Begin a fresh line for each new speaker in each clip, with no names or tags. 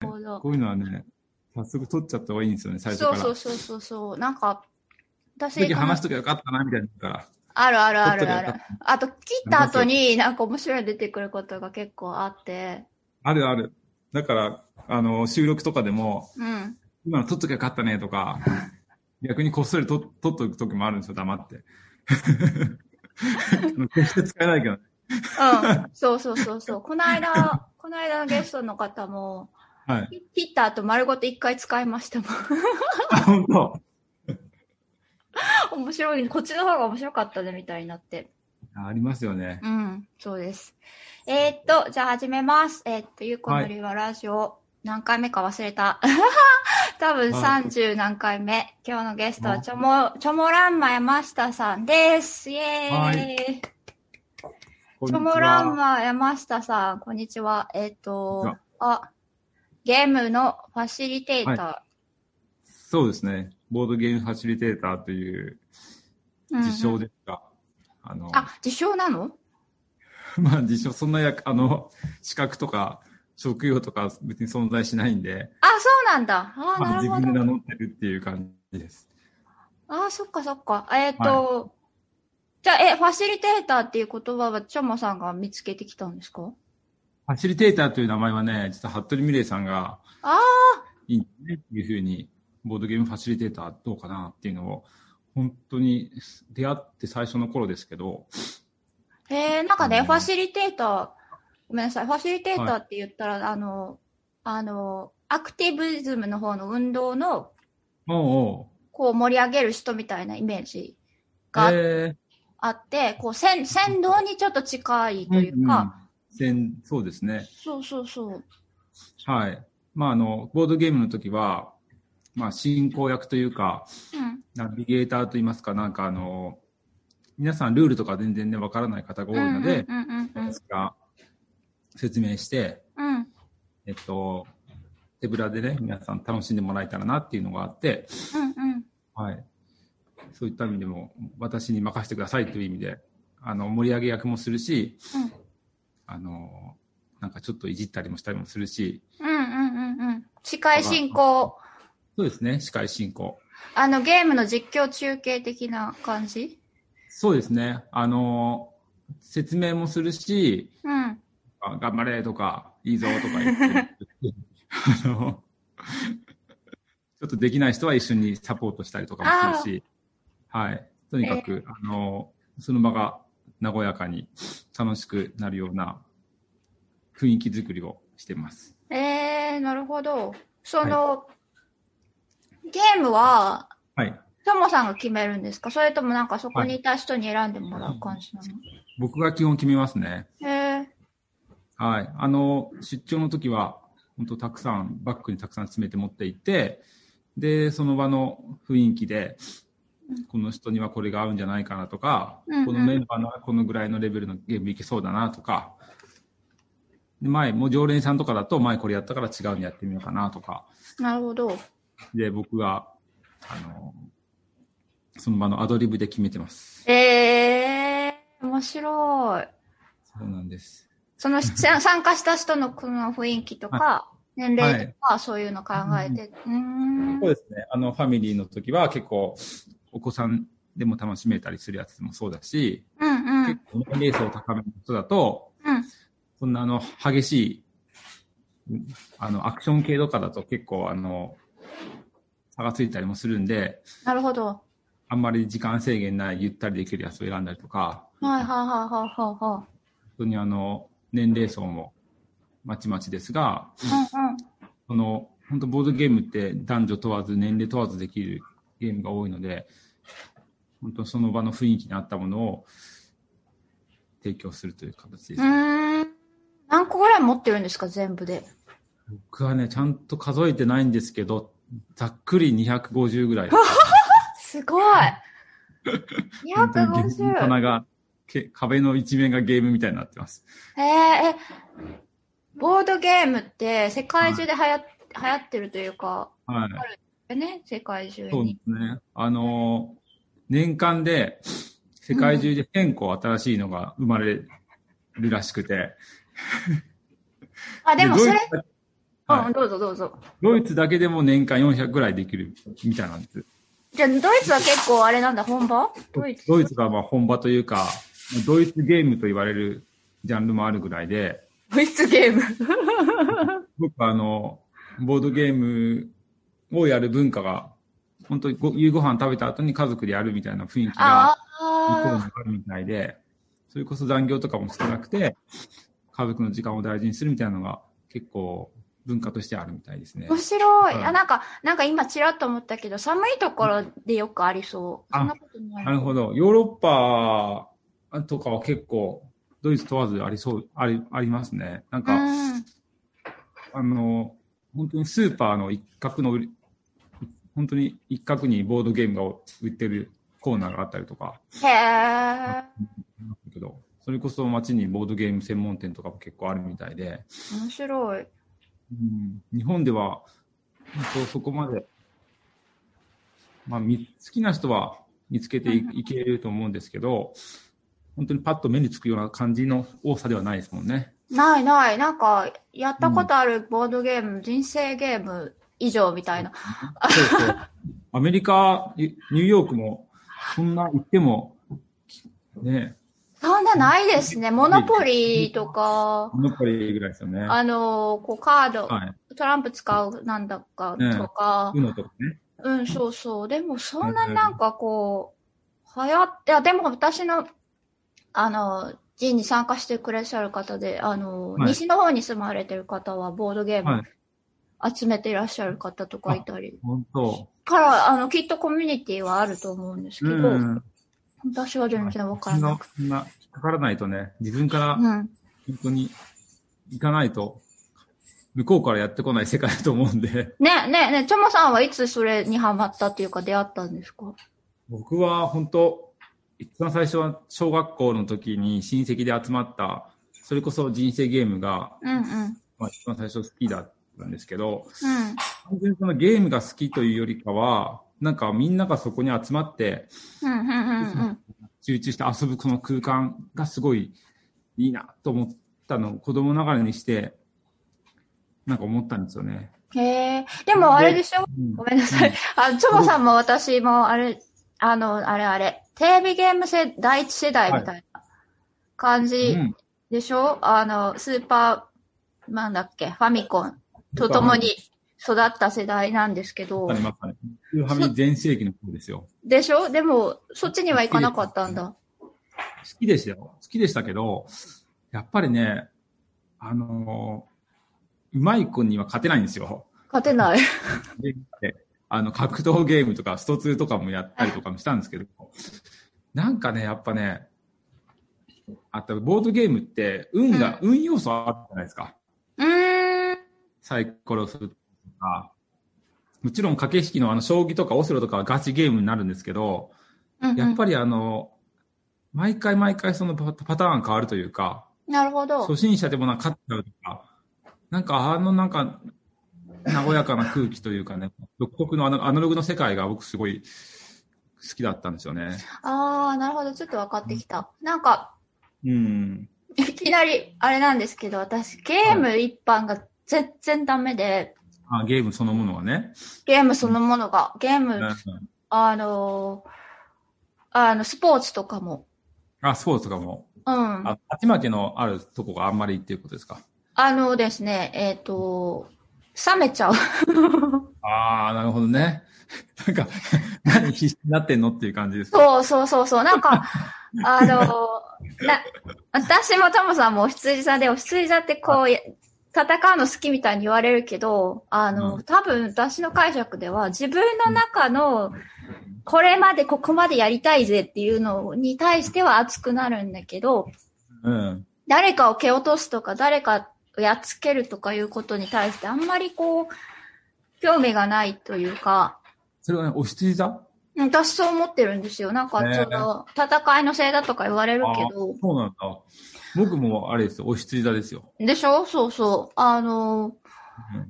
ほど
こういうのはね、早速取っちゃった方がいいんですよね、最初か
そう
ら。
そうそうそうそう。なんか、私、
時話しときゃよかったな、みたいなのから。
あるあるあ
取っ
る
ときゃ
あ
よか
る
っ。
あと、切った後になんか面白いの出てくることが結構あって。
あるある。だから、あの、収録とかでも、
うん。
今の取っときゃよかったね、とか、逆にこっそり取取っとく時もあるんですよ、黙 って。あの決して使えないけどね。
うん。そうそうそうそう。この間、この間のゲストの方も、
はい。
切切った後丸ごと一回使いましたもん。
あ、本当。
面白い。こっちの方が面白かったね、みたいになって。
あありますよね。
うん、そうです。えー、っと、じゃあ始めます。えーっと、ゆうこのりはラジオ、何回目か忘れた。 多分
はい
30何回目。今日のゲストはちょも、ちょもらんま山下さんです。イエ
は
ーイ。
こん
チョ
にちは
モランマ山下さん、こんにちは。えっ、
こん
と
にち、
あ、ゲームのファシリテータ
そうですね。ボードゲームファシリテーターという
ー。
自称
で。
ですが、あの、
あ、自称なの
まあ自称、そんなや、あの、資格とか、職業とか別に存在しないんで、
あ、そうなんだ。あ、
まあ
な
自
るほ
分で
ど。
名乗ってるっていう感じです。
あ、そっかそっか。えっ、と、じゃあ、え、ファシリテーターっていう言葉はチョモさんが見つけてきたんですか
ファシリテーターという名前はね、実は服部美玲さんが、
あ
いいねっていうふうに、ボードゲームファシリテーターどうかなっていうのを、本当に出会って最初の頃ですけど、
ー、えー、なんかね、
うん
ファシリテーター、ごめんなさい、ファシリテーターって言ったら、あの、あの、アクティブズムの方の運動の、
おうお
こう盛り上げる人みたいなイメージ
う
があ
え
あって、こう先、先導にちょっと近い
ー
というか、
うんうんせんそうですね。
そうそうそう。
はい。まあ、あの、ボードゲームの時は、まあ、進行役というか、
うん。
ナビゲーターといいますか、なんかあの、皆さんルールとか全然ね、わからない方が多いので、
うんうんうん
私が説明して、
うん。うん
えっと、手ぶらでね、皆さん楽しんでもらえたらなっていうのがあって、
うん
はい。そういった意味でも、私に任せてくださいという意味で、あの、盛り上げ役もするし、
うん
あの、なんかちょっといじったりもしたりもするし、
うんうんうんうん。司会進行、
そうですね、司会進行。
あのゲームの実況中継的な感じ
そうですね、あの、説明もするし、
うん。
あ頑張れとか、いいぞとか言って、あの、 ちょっとできない人は一緒にサポートしたりとかもするし、はい。とにかく、あの、その場が和やかに楽しくなるような雰囲気作りをしてます。
えー、なるほど。その、ゲームは、
はい。
ともさんが決めるんですかそれともなんかそこにいた人に選んでもらう感じなの、
僕が基本決めますね。
え
はい。あの、出張の時は、本当たくさん、バッグにたくさん詰めて持っていって、で、その場の雰囲気で
うん、
この人にはこれが合うんじゃないかなとか、
うんうん
このメンバーのこのぐらいのレベルのゲームいけそうだなとか、で前、もう常連さんとかだと、前これやったから違うのやってみようかなとか、
ー、なるほど。
で、僕が、あの、その場のアドリブで決めてます。
えー、面白い。
そうなんです。
そ のし参加した人のこの雰囲気とか、年齢とか、そういうの考えて、うーん。
そうですね。あの、ファミリーの時は結構、お子さんでも楽しめたりするやつもそうだし、
うんうん。
結構年齢層高めの人だと、
うん
そんなあの、激しい、うんあの、アクション系とかだと結構あの、差がついたりもするんで、
なるほど。
あんまり時間制限ないゆったりできるやつを選んだりとか、
はいはいはいはいは
本当にあの、年齢層もまちまちですが、
いはい。
その、本当ボードゲームって男女問わず、年齢問わずできるゲームが多いので、本当その場の雰囲気に合ったものを提供するという形です。
うんうん。うーん。何個ぐらい持ってるんですか、全部で。
僕はね、ちゃんと数えてないんですけど、ざっくり250ぐらい。
す ごい
本当にゲーム
!250!
棚が、け壁の一面がゲームみたいになってます。
えー、え、ボードゲームって世界中で流行っ流行ってるというか、
はい。
ね、世界中
そうで
に。
すね。あのー年間で世界中で1000個新しいのが生まれるらしくて。
あ、でもそれ
ドイツだ
うんうん、どうぞどうぞ。
ドイツだけでも年間400ぐらいできるみたいなんです。
じゃあ、ドイツは結構あれなんだ、本場ドイツ。
ドイツがまあ本場というか、ドイツゲームと言われるジャンルもあるぐらいで、
ドイツゲーム。
僕はあの、ボードゲームをやる文化が、本当にご夕ご飯食べた後に家族でやるみたいな雰囲気
あ
が向こうに
あ
あるみたいで、それこそ残業とかも少なくて、家族の時間を大事にするみたいなのが結構文化としてあるみたいですね
ー、面。白い。
はい
あ、なんか、なんか今ちらっと思ったけど、寒いところでよくありそう。
あ
そんなことない。
なるほど。ヨーロッパとかは結構、ドイツ問わずありそう、あり、ありますね。なん
う
か、
ん。
あの、本当にスーパーの一角の売り、本当に一角にボードゲームが売ってるコーナーがあったりとか、
へえ、
けど、それこそ街にボードゲーム専門店とかも結構あるみたいで、
面白い。
うん、日本では、本当そこまで、まあ、み好きな人は見つけてい
うん
いけると思うんですけど、本当にパッと目につくような感じの多さではないですもんね。
ないない。なんか、やったことあるボードゲーム、人生ゲーム以上みたいな。
そうそう。アメリカ、ニューヨークも、そんな行っても、ね、
そんなないですね。モノポリーとか、
やっぱりぐらいですよね。は
あの、こうカード、
い。
トランプ使うなんだか
うん
とか、
うのとかね。
うん、そうそう。でも、そんななんかこう、流行って、いや、でも私の、あの、陣に参加してくれっしゃる方で、あの、
はい
西の方に住まれてる方は、ボードゲーム
は
集めていらっしゃる方とかいたり、
本当。
から、あの、きっとコミュニティはあると思うんですけ
う
ど、
ん。
私は全然わから
そん
な
な
くて。
そんな引っかからないとね、自分から
うん。
本当に行かないと、向こうからやってこない世界だと思うんで、
ね、ね、ね、チョモさんはいつそれにハマったっていうか出会ったんですか
僕は本当、一番最初は小学校の時に親戚で集まった、それこそ人生ゲームが、
うんうん。うん。
まあ、一番最初好きだったんですけど、完全にそのゲームが好きというよりかは、なんかみんながそこに集まって、
うんうんうん
集中して遊ぶこの空間がすごいいいなと思ったのを子供ながらにして、なんか思ったんですよね。
うん。へえ。でもあれでしょ
うん
ごめんなさい。あ、チョモさんも私もあれ、あの、あれあれ、テレビゲーム世第一世代みたいな感じ
うん
でしょ、あの、スーパー、なんだっけ、ファミコンと共に育った世代なんですけど
まさ、にまさに。スーファミ全盛期の頃ですよ。
でしょでも、そっちには行かなかったんだ。
好きでしたよ。好きでしたけど、やっぱりね、あのーうまい子には勝てないんですよ。
勝てない。
ゲームってあの、格闘ゲームとか、スト2とかもやったりとかもしたんですけど、なんかね、やっぱね、あと、ボードゲームって、運が、運要素あるじゃないですか。
うーん。
サイコロするとか。もちろん、駆け引きのあの、将棋とかオセロとかはガチゲームになるんですけど、やっぱりあの、毎回毎回そのパパターン変わるというか、
り。なるほど。
初心者でもなんか勝っちゃうとか、なんかあのなんか、和やかな空気というかね、独特のあのアナログの世界が僕すごい好きだったんですよね。
ああ、なるほど。ちょっと分かってきた。なんか、
うん。
いきなり、あれなんですけど、私、ゲーム一般が全然ダメで、
あゲームそのものはね。
ゲームそのものが、ゲー
う
ム、
ん
あのーあの、スポーツとかも、
あ、スポーツとかも。
うん。あ
あ、勝ち負けのあるとこがあんまりっていうことですか。
のですね、えっ、と、冷めちゃう。
ああ、なるほどね。 なんか、何必死になってんのっていう感じですか。
そうそうそうそう。なんか、あの、な、私もトムさんもお羊座で、お羊座ってこう、や戦うの好きみたいに言われるけど、あの、
う
多分私の解釈では、自分の中の、これまでここまでやりたいぜっていうのに対しては熱くなるんだけど、
うん。
誰かを蹴落とすとか、誰かをやっつけるとかいうことに対して、あんまりこう、興味がないというか、
それはね、お羊座
うん私そう思ってるんですよ。なんか、
ねえ
その、戦いのせいだとか言われるけど、
そうなんだ。僕もあれですよ、お羊座ですよ。
でしょそうそう。あの
うん、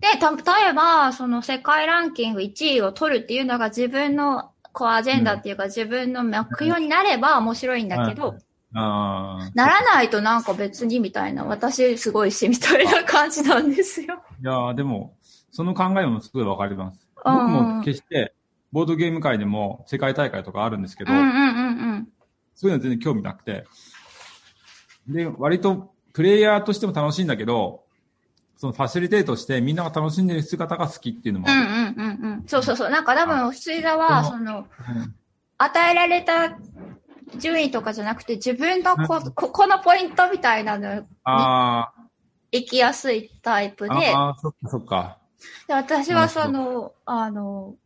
で、た、例えば、その世界ランキング1位を取るっていうのが自分の、こう、アジェンダっていうか、自分の目標になれば面白いんだけど、
ああ。
ならないとなんか別にみたいな、私すごいしみたいな感じなんですよ。
いやーでも、その考えもすごいわかります。僕も決して、ボードゲーム界でも世界大会とかあるんですけど、
うんうんうんうん。
そういうの全然興味なくて。で、割とプレイヤーとしても楽しいんだけど、そのファシリテートしてみんなが楽しんでる姿が好きっていうのも
うん
ある。
うんうんうん。そうそうそう。なんか多分、羊座は、
で
そ
も
の、
うん
与えられた順位とかじゃなくて、自分のこ、ここのポイントみたいなの、
あ
行きやすいタイプ
ー
で、
あー、そっかそっか。
で私はその、あの、
うん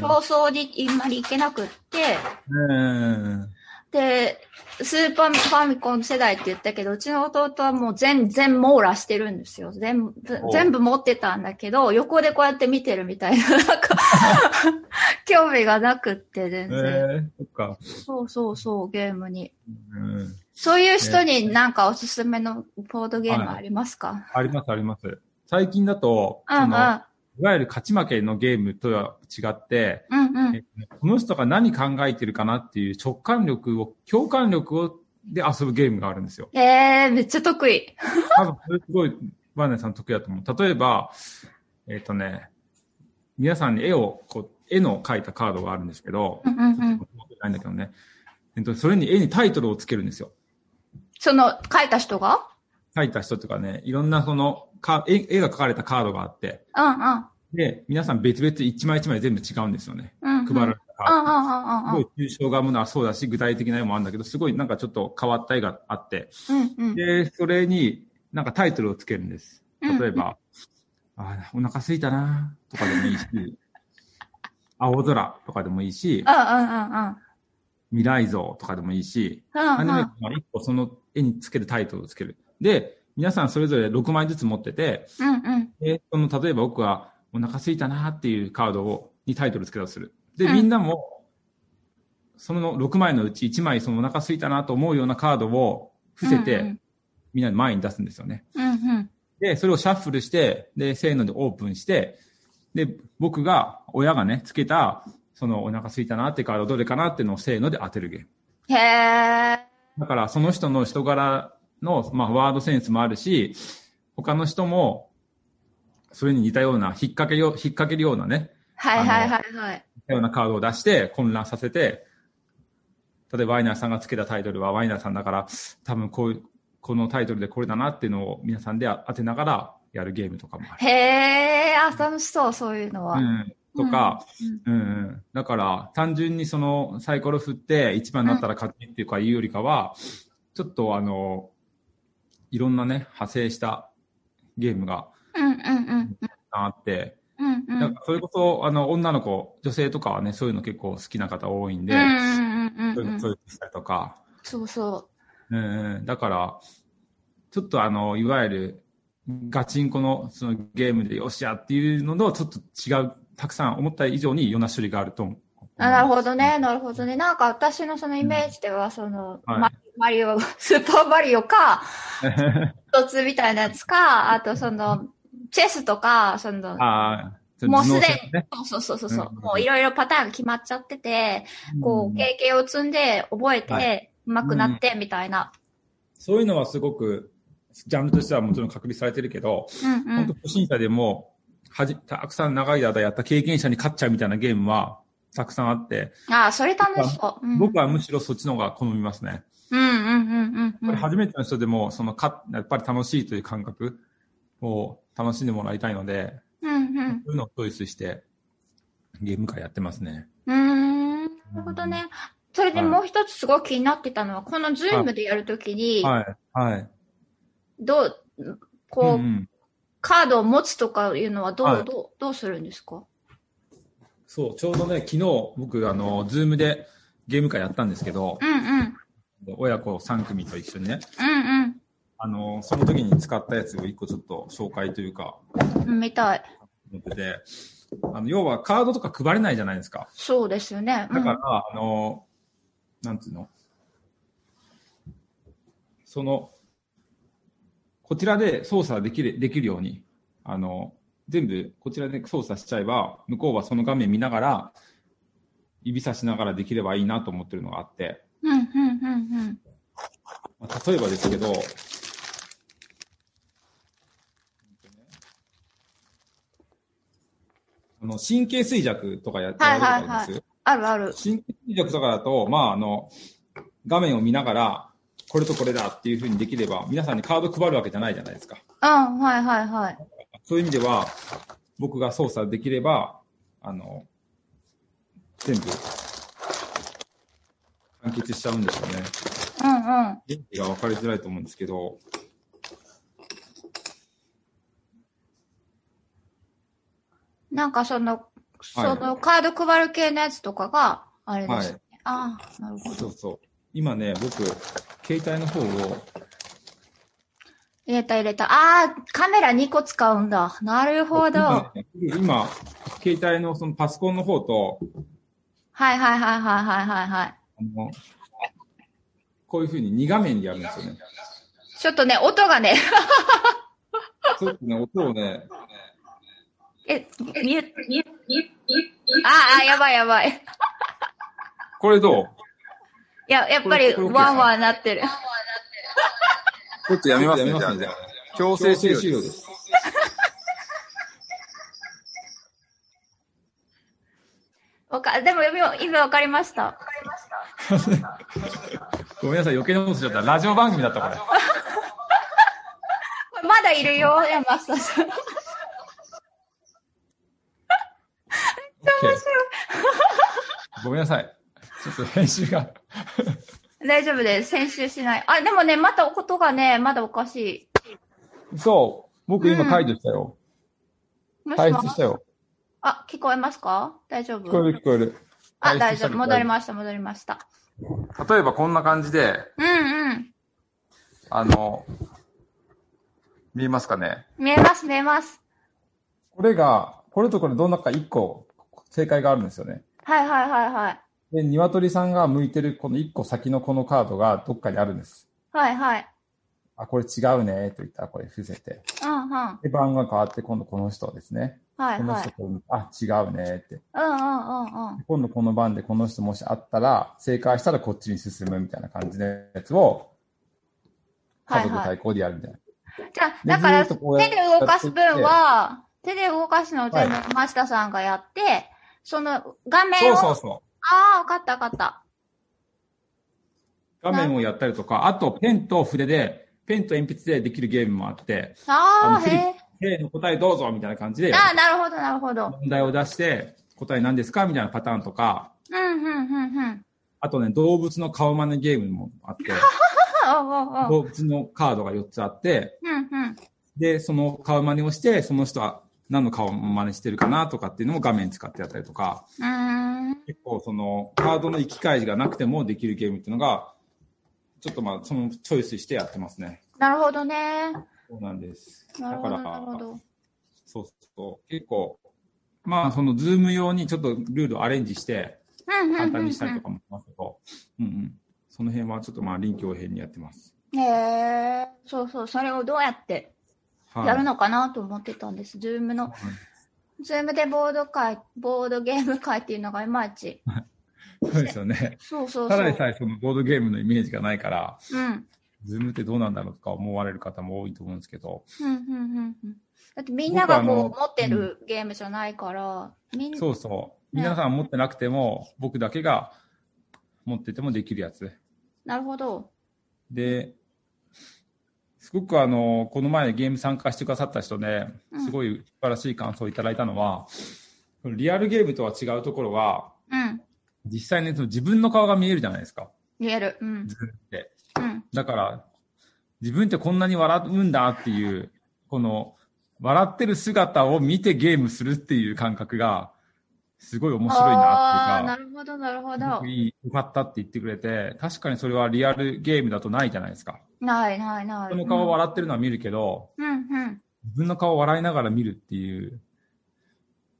競争にあんまり行けなくって、
うん
で、スーパーファミコン世代って言ったけど、うちの弟はもう全、全網羅してるんですよ。全部
お、う
全部持ってたんだけど、横でこうやって見てるみたいな、なん か、興味がなくって、
え
全然。
ー、そっか。
そうそうそう、ゲームに。
うん
そういう人になんかおすすめのボードゲームありますか
ありますあります。最近だと、
うんう
そ
ん。
のいわゆる勝ち負けのゲームとは違って、
うんうん。
この人が何考えてるかなっていう直感力を、共感力を、で遊ぶゲームがある んですよ。
えー、めっちゃ得意。
多分、それすごい、バーナーさん得意だと思う。例えば、えっ、とね、皆さんに絵を、こう、絵の描いたカードがあるんですけど、
うんうんう
持っ
ん。
てないんだけどね。えっ、と、それに絵にタイトルをつけるんですよ。
その、書いた人が
描いた人とかね、いろんなその、か絵絵が描かれたカードがあって、
うんうん。
で、皆さん別々一枚一枚全部違うんですよね。
うんうん。
配られたカード。
うんうんうん
す
う
ご
ん
い抽象画ものはそうだし、具体的な絵もあるんだけど、すごいなんかちょっと変わった絵があって、
うん。うん
で、それになんかタイトルをつけるんです。
うん
例えば、あーお腹空いたなとかでもいいし、 青空とかでもいいし、
うん
未来像とかでもいいし、
うんうん。う
アニ
ん
メ
う
と
ん。
か一個その絵につけるタイトルをつける。で、皆さんそれぞれ6枚ずつ持ってて、
うんうん。
でその例えば僕はお腹空いたなっていうカードをにタイトルつけたとする。
う
で、
ん
みんなも、その6枚のうち1枚そのお腹空いたなと思うようなカードを伏せ
う
て
ん、
みんなに前に出すんですよね。
うんうん。
で、それをシャッフルして、で、せーのでオープンして、で、僕が、親がね、つけた、そのお腹空いたなってカードどれかなっていうのをせーので当てるゲーム。
へー。
だから、その人の人柄の、まあ、ワードセンスもあるし、他の人も、それに似たような、引っ掛けよう、引っ掛けるようなね、
はいはいはいはい。
似たようなカードを出して、混乱させて、例えばワイナーさんがつけたタイトルはワイナーさんだから、多分こういう、このタイトルでこれだなっていうのを皆さんで当てながらやるゲームとかもある。
へー。あ、楽しそう、そういうのは。
うんとか、うんうんだから単純にそのサイコロ振って一番になったら勝ちっていうかいうよりかは、ちょっとあの、いろんなね、派生したゲームが
うんうんうん
あって、
うん。うんう
なん
ん。
かそれこそあの女の子、女性とかはね、そういうの結構好きな方多いんで、
うんうん
そううんいう
う
の
ん
そういうのしたりとか、
そうそ
うんうんだから、ちょっとあの、いわゆるガチンコのそのゲームでよっしゃっていうのとちょっと違う、たくさん思った以上にいろんな種類があると思う。
う。あなるほどね、なるほどね。なんか私のそのイメージでは、その、
はい
ママリオ、 スーパーマリオ か、一つみたいなやつか、あとその、チェスとか、その、
ああ、
もうすでに
頭脳戦ね、
そうそうそうそう、
うん
もういろいろパターンが決まっちゃってて、こう、
うん
経験を積んで、覚え
は
て、上手くなって、みたいな。
そういうのはすごく、ジャンルとしてはもちろん確立されてるけど、
うんう
本当
ん。
初心者でも、はじ、たくさん長い間やった経験者に勝っちゃうみたいなゲームは、たくさんあって、
ああ、それ楽しそう。うん、
僕はむしろそっちの方が好みますね。
うんうんうんうん
や
う
っぱ
ん。
り初めての人でも、その、か、やっぱり楽しいという感覚を楽しんでもらいたいので、
うんうん。
そういうのをチョイスして、ゲーム会やってますね。
うーん、なるほどね。それでもう一つすごい気になってたのは、このズームでやるときに、
はい、はい。
どう、こう、
うんうん
カードを持つとかいうのはどう、
はい
どう、どうするんですか
そう、ちょうどね、昨日僕、あの、ズームでゲーム会やったんですけど、
うんうん。
親子3組と一緒にね、
うん
あの、その時に使ったやつを1個ちょっと紹介というか、
うん。見たい。
持ってて、あの、要はカードとか配れないじゃないですか。
そうですよね。
だから、あの、なんつうのその、こちらで操作できる、できるように、あの、全部こちらで操作しちゃえば、向こうはその画面見ながら、指さしながらできればいいなと思ってるのがあって、
うん、うん、うん、
まあ、例えばですけど、あの神経衰弱とかやって
は
や
い
ること
は
あ
い
りま
は
す、
い。あるある。
神経衰弱とかだと、まあ、あの、画面を見ながら、これとこれだっていうふうにできれば、皆さんにカード配るわけじゃないじゃないですか。
うん、はいはいはい。
そういう意味では、僕が操作できれば、あの、全部、完結しちゃうんですよね。
うんうん。
原理が分かりづらいと思うんですけど、
なんかその、そのカード配る系のやつとかが、あれですね。ああ、なるほ
そ
ど。
うそう。今ね、僕、携帯の方を、
入れた入れた。ああ、カメラ2個使うんだ。なるほど。はい
今ね、今携帯のそのパソコンの方と、
はいはいはいはいはいはい。
あの、こういうふうに2画面でやるんですよね。
ちょっとね、音がね、
そうですね、音をね、
え、ミュッ、ミュッ、ミュッ、ミュッ、ああ、やばいやばい。
これどう
いや、やっぱり
これこれ
ワンワンなってる。
ちょっとやめますね、
やめ
じゃ
ま
あ
すね
じゃあ。強制終了
強制
です。
す。
わか、でも今、今わかりました。
ごめんなさい、余計なことしちゃった。ラジオ番組だった、これ。
これまだいるよ、山下さん。
OK ごめんなさい。ちょっと編集が。
大丈夫です。編集しない。あ、でもね、また音がね、まだおかしい。
そう。僕今解除したよ。
も
退
し
出し
も、
たよ。
あ、聞こえますか大丈
聞こ
夫
える聞こえる。
あ、
退出
大
し
丈
た
夫。
けど
戻りました、戻りました。
例えばこんな感じで、
うんうん。
あの、見えますかね
見えます、見えます。
これが、これとこれどんなか1個正解があるんですよね。
はいはいはいはい。
で、鶏さんが向いてるこの1個先のこのカードがどっかにあるんです。
はいはい。
あ、これ違うね、と言ったらこれ伏せて。
うんうん。は
で、番号が変わって今度この人ですね。
い
この
は
人
い。
こうあ、違うね、って。
うんうんうんうん。
今度この番でこの人もしあったら、正解したらこっちに進むみたいな感じのやつを、
は
家
い
族
はい。
対抗でやるみたいな。
じゃあ、だから、
ず
手
っとこうやっ
で動かす分は、手で動かすのを全部山下さんがやって、その画面を、
そうそうそう。
ああ、わかったわかった。
画面をやったりとか、あとペンと筆で、ペンと鉛筆でできるゲームもあって、
あ
あの
あ、
フリッ
へ
例の答えどうぞみたいな感じで
え。、ああ、なるほど、なるほど。
問題を出して、答え何ですかみたいなパターンとか、
うん、うん、うん、うん。
あとね、動物の顔真似ゲームもあって、
あおうおうおう。
動物のカードが4つあって、
うん、うん。
で、その顔真似をして、その人は何の顔を真似してるかなとかっていうのも画面使ってやったりとか、
うーん。
結構そのカードの行き返りがなくてもできるゲームっていうのが、ちょっとまあ、そのチョイスしてやってますね。
なるほどね。
そうなんです。
なるほ
だか
ど、
ら
なるほど。
そうそう。結構、まあ、そのズーム用にちょっとルールをアレンジして、
うん、うん、
簡
う
単
ん。
にしたりとかもしますけど、うんうん。その辺はちょっとまあ、臨機応変にやってます。
うん。へえ。そうそう、それをどうやって
はい。
やるのかなと思ってたんです。ズームの、ズームでボード会、ボードゲーム会っていうのがいまいち。
そうですよね。
そうそうそう。
ただでさえそのボードゲームのイメージがないから、
うん。
ズームってどうなんだろうとか思われる方も多いと思うんですけど、
うんうんうんうんだってみんなが
僕はあ
こ
の
う持ってるゲームじゃないから、みんな、
そうそう。皆さん持ってなくても、僕だけが持っててもできるやつ。
なるほど。
で、すごくあの、この前ゲーム参加してくださった人で、
うん
すごい素晴らしい感想をいただいたのは、リアルゲームとは違うところは、
うん。
実際にその自分の顔が見えるじゃないですか。
言える。うん。
で
うん。
だから、自分ってこんなに笑うんだっていう、この、笑ってる姿を見てゲームするっていう感覚が、すごい面白い
ああー、
な
な
っていう
る
か、
ほど、なるほ
すご
ど
く。いいよかったって言ってくれて、確かにそれはリアルゲームだとないじゃないですか。
ないないない。
人の顔を笑ってるのは見るけど、
うんうん。
自分の顔を笑いながら見るっていう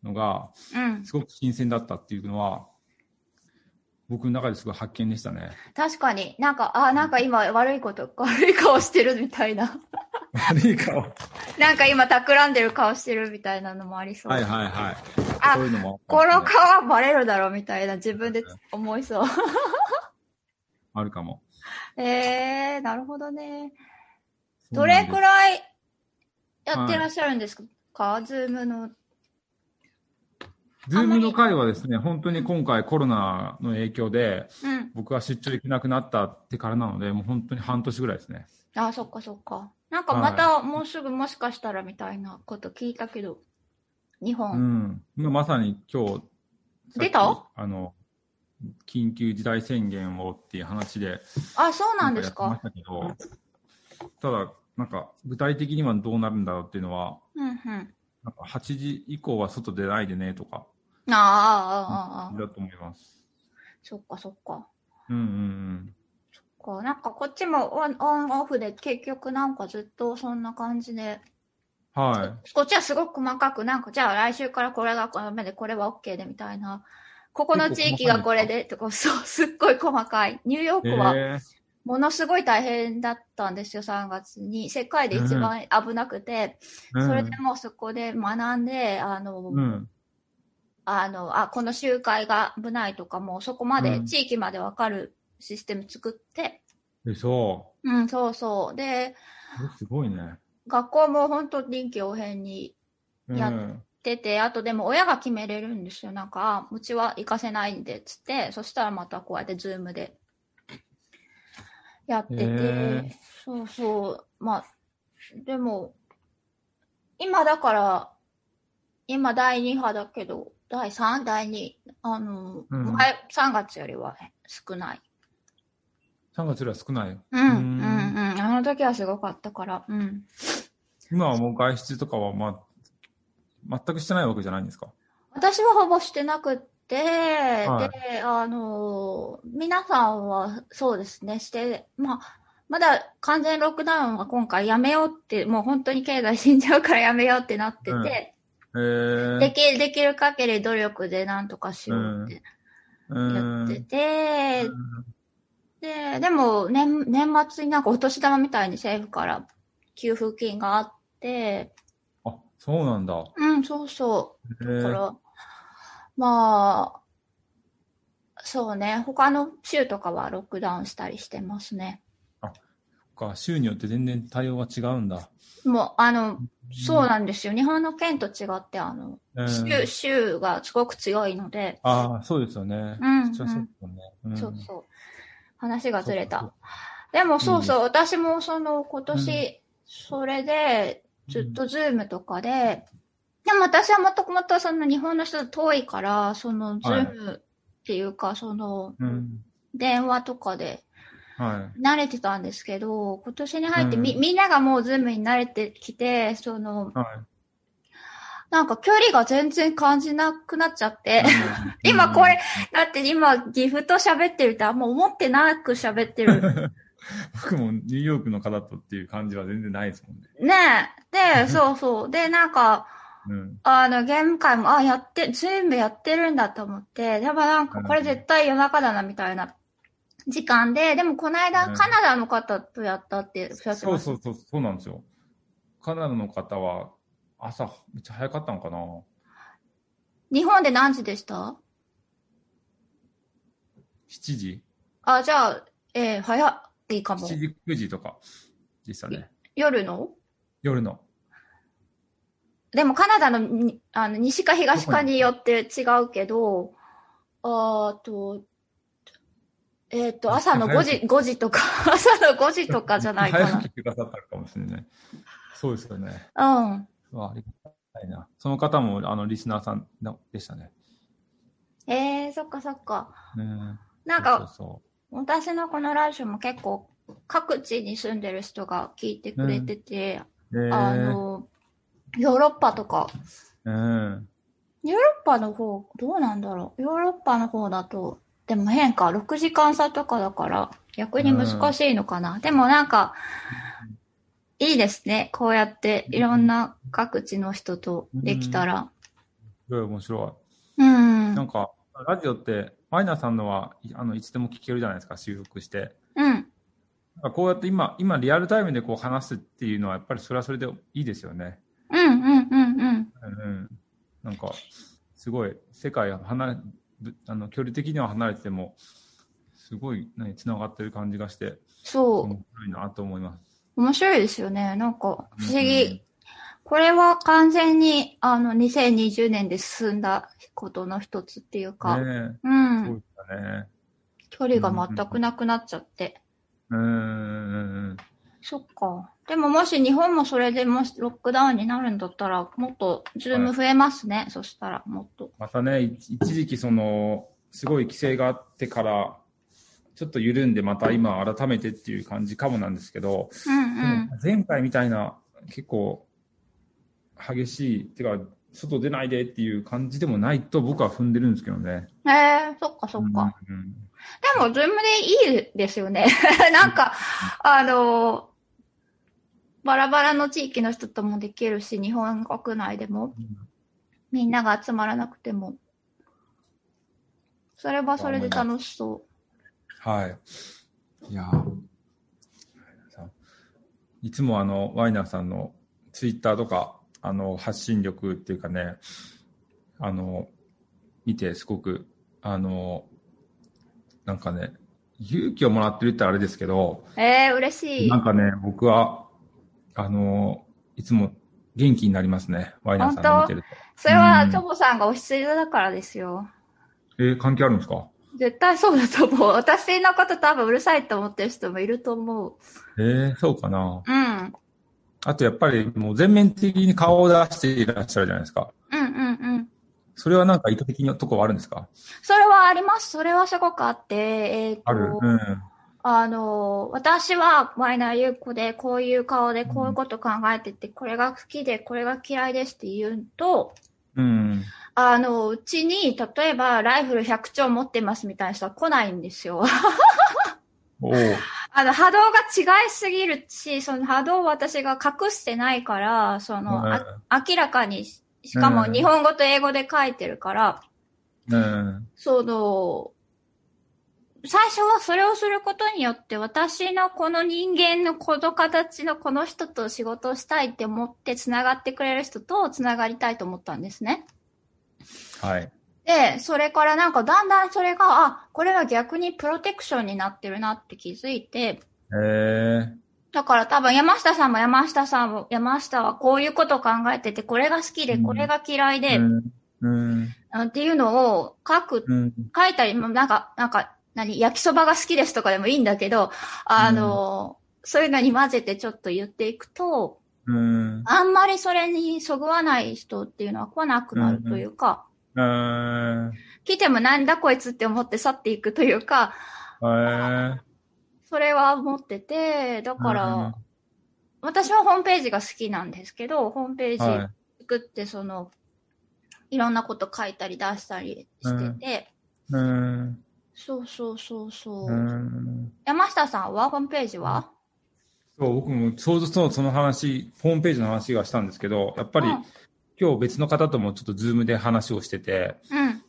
のが、
うん。
すごく新鮮だったっていうのは、僕の中ですごい発見でしたね。
確かに。なんか、あーなんか今悪いこと、悪い顔してるみたいな。
悪い顔。
なんか今企んでる顔してるみたいなのもありそう。
はいはいはい。
あ
そういうのも
この
あるかもね
顔はバレるだろうみたいな自分で思いそう。
あるかも。
ええー、なるほどね。
そ
ど
うなん
れ
です
くらいやってらっしゃるんですか、ズームの。
ズームの会はですね、本当に今回コロナの影響で、
うん。
僕が出張行けなくなったってからなので、もう本当に半年ぐらいですね。
あ、そっかそっか。なんかまたもうすぐもしかしたらみたいなこと聞いたけど、日
う
本。
ん。今まさに今日、さっき
出た
あの、緊急事態宣言をっていう話で、
あ、そうなんです
やっ
か。
てましたけど、ただ、なんか、具体的にはどうなるんだろうっていうのは、
うんうん。
なんか8時以降は外出ないでねとか、
ああ、ああ、ああ。
だと思います。
そっかそっか。
うんうん
こうなんかこっちもオンオンオフで結局なんかずっとそんな感じで、
うん。は
こっちはすごく細かくなんかじゃあ来週からこれがダメでこれは OK でみたいな。ここの地域がこれでとか、そう、すっごい細かい。ニューヨー
い。
クは
え
ものすごい大変だったんですよ、3月に。世界で一番危なくて、
ーうん
それでもうそこで学んで、あの、
うん。
あの、あ、この集会が危ないとか、もうそこまで、
うん
地域までわかるシステム作って、
で、そ
うん、そうそう。で、
う。すごいね。
学校も本当臨機応変に
うん。
や出て、あとでも親が決めれるんですよ。なんか、あうちは行かせないんで、つって、そしたらまたこうやってズームでやってて、
へー
そうそう、まあ、でも、今だから、今第2波だけど、第3、第2、あの、
うん
前、3月よりは少ない。
3月よりは少ない。
うん、う、
うん
う
ん
ん。あの時はすごかったから、うん。
今はもう外出とかは、まあ、全くしてないわけじゃないんですか。
私はほぼしてなくって、
は
で、あのー、皆さんはそうですね、して、まあ、まだ完全ロックダウンは今回やめようって、もう本当に経済死んじゃうからやめようってなってて、
え
で
ー、
きできる限り努力でなんとかしようって
う
やって
ん。
て、で、でも年、年末になんかお年玉みたいに政府から給付金があって、
あ、そうなんだ。
うん、そうそう。だ
え
か
ー、
ら、まあ、そうね、他の州とかはロックダウンしたりしてますね。
そっか、州によって全然対応が違うんだ。
もう、あの、そうなんですよ。日本の県と違って、あの、
うん
州、州がすごく強いので、
ああ、そうですよね。
うんうん
そりゃそうですよね。うん
そうそう。話がずれ
そう
た
か。
でもそうそう、私もその今年、それで、ずっとズームとかで、でも私はもともとその日本の人と遠いから、そのズームっていうか、その、
うん。
電話とかで
は
慣れてたんですけど、今年に入ってみ、
うん
みんながもうズームに慣れてきて、その、
い。は
なんか距離が全然感じなくなっちゃって、
い。
今これ、 だって今ギフと喋ってるとあんま思ってなく喋ってる。
僕もニューヨークの方とっていう感じは全然ないですもんね。
ねえ。で、そうそう。で、なんか、
うん。
あの、ゲーム会も、あ、やって、ズームやってるんだと思って、でもなんか、これ絶対夜中だな、みたいな時間で、でもこの間、
うん
カナダの方とやったって、そうやって
そう
ました
そうそう、そうなんですよ。カナダの方は朝めっちゃ早かったのかな
日本で何時でした
?7 時
あ、じゃあ、えー、早いかも
?7。時、9時とかでしたね。
夜の
夜の。
でもカナダのにあの西か東かによって違うけど、あーと、えっ、と、朝の5時、5時とか、 朝の5時とかじゃない
早
か
く来てくださったかもしれない。そうですよね。
な。うん。
うわありがたいな。その方も、あの、リスナーさんのでしたね。
えー、そっかそっか。
うん。
なん
そう
か、
そうそう
私のこのラジオも結構、各地に住んでる人が聞いてくれてて、
えー
あの、ヨーロッパとか、
うん。
ヨーロッパの方、どうなんだろう。ヨーロッパの方だと、でも変か、6時間差とかだから、逆に難しいのかな。でもなんか、いいですね。こうやって、いろんな各地の人とできたら。
すごい面白
うん。う
い。なん
ん。
か、ラジオって、マイナーさんのは、いあの、いつでも聞けるじゃないですか、収録して。なんかこうやって今、今、リアルタイムでこう話すっていうのは、やっぱりそれはそれでいいですよね。
うん、うん、うん、うん。
うんうん。なんか、すごい、世界が離れ、ぶあの、距離的には離れてても、すごい、何、繋がってる感じがして、
そ
面白いなと思います。
う。面白いですよね。なんか、不思
うん
議。これは完全に、あの、2020年で進んだことの一つっていうか、
ね
う
えそ
ん、
うだね。
距離が全くなくなっちゃって。
うーん。
そっか。でももし日本もそれでもしロックダウンになるんだったら、もっとズーム増えますね。そしたら、もっと。
またね、い一時期その、すごい規制があってから、ちょっと緩んで、また今改めてっていう感じかもなんですけど、
うん
でも前回みたいな結構激しい、てか、外出ないでっていう感じでもないと僕は踏んでるんですけどね。
うん。えー、そっかそっか。
うんうん
でも、ズームでいいですよね。 なんか、あの、バラバラの地域の人ともできるし、日本国内でも
うん、
みんなが集まらなくても。それはそれで楽しそ
はい。いやーさんいつもあの、ワイナーさんのツイッターとか、あの、発信力っていうかね、あの、見てすごく、あの、なんかね、勇気をもらってるってあれですけど、
う。えー、嬉しい
な。んかね、僕は、あの、いつも元気になりますね、ワイナーさんの見てる
それは
う、ん
チョボさんがお羊座だからですよ。
と。えー関係あるんですか
絶対そうだと思う。私のこと多分うるさいと思ってる人もいると思う。
えーそうかな。
うん。うん
あとやっぱりもう全面的に顔を出していらっしゃるじゃないですか。
うんうん。
それはなんか意図的なとこはあるんですか
それはあります。それはすごくあって、えっ、と、
ある。うん。
あの、私はマイナー優子で、こういう顔で、こういうこと考えてて、これが好きで、これが嫌いですって言うと、
うん。
あの、うちに、例えば、ライフル100丁持ってますみたいな人は来ないんですよ。
おう。
あの、波動が違いすぎるし、その波動を私が隠してないから、その、あ明らかに、しかも
うん
日本語と英語で書いてるから、
うん。
その、最初はそれをすることによって私のこの人間のこの形のこの人と仕事をしたいって思って繋がってくれる人と繋がりたいと思ったんですね。
はい。
で、それからなんかだんだんそれが、あ、これは逆にプロテクションになってるなって気づいて、
えー。
だから多分山下さんも山下さんも山下はこういうことを考えてて、これが好きで、
うん
これが嫌いで、
うん。うん。
あっていうのを書く
うん。
書いたり、もうなんか、なんか、何、焼きそばが好きですとかでもいいんだけど、あの、そういうのに混ぜてちょっと言っていくと、
うん。
あんまりそれにそぐわない人っていうのは来なくなるというか、
うん。
来てもなんだこいつって思って去っていくというか、
え
それは思ってて、だから、
うん
私はホームページが好きなんですけど、ホームペ
ー。は
ージ
い。
作って、その、いろんなこと書いたり出したりしてて、
うん。
そうそうそうそう。
うん。
山下さんはホームページは
そう、僕もちょうどそのその話、ホームページの話がしたんですけど、やっぱり
うん
今日別の方ともちょっとズームで話をしてて、
うん。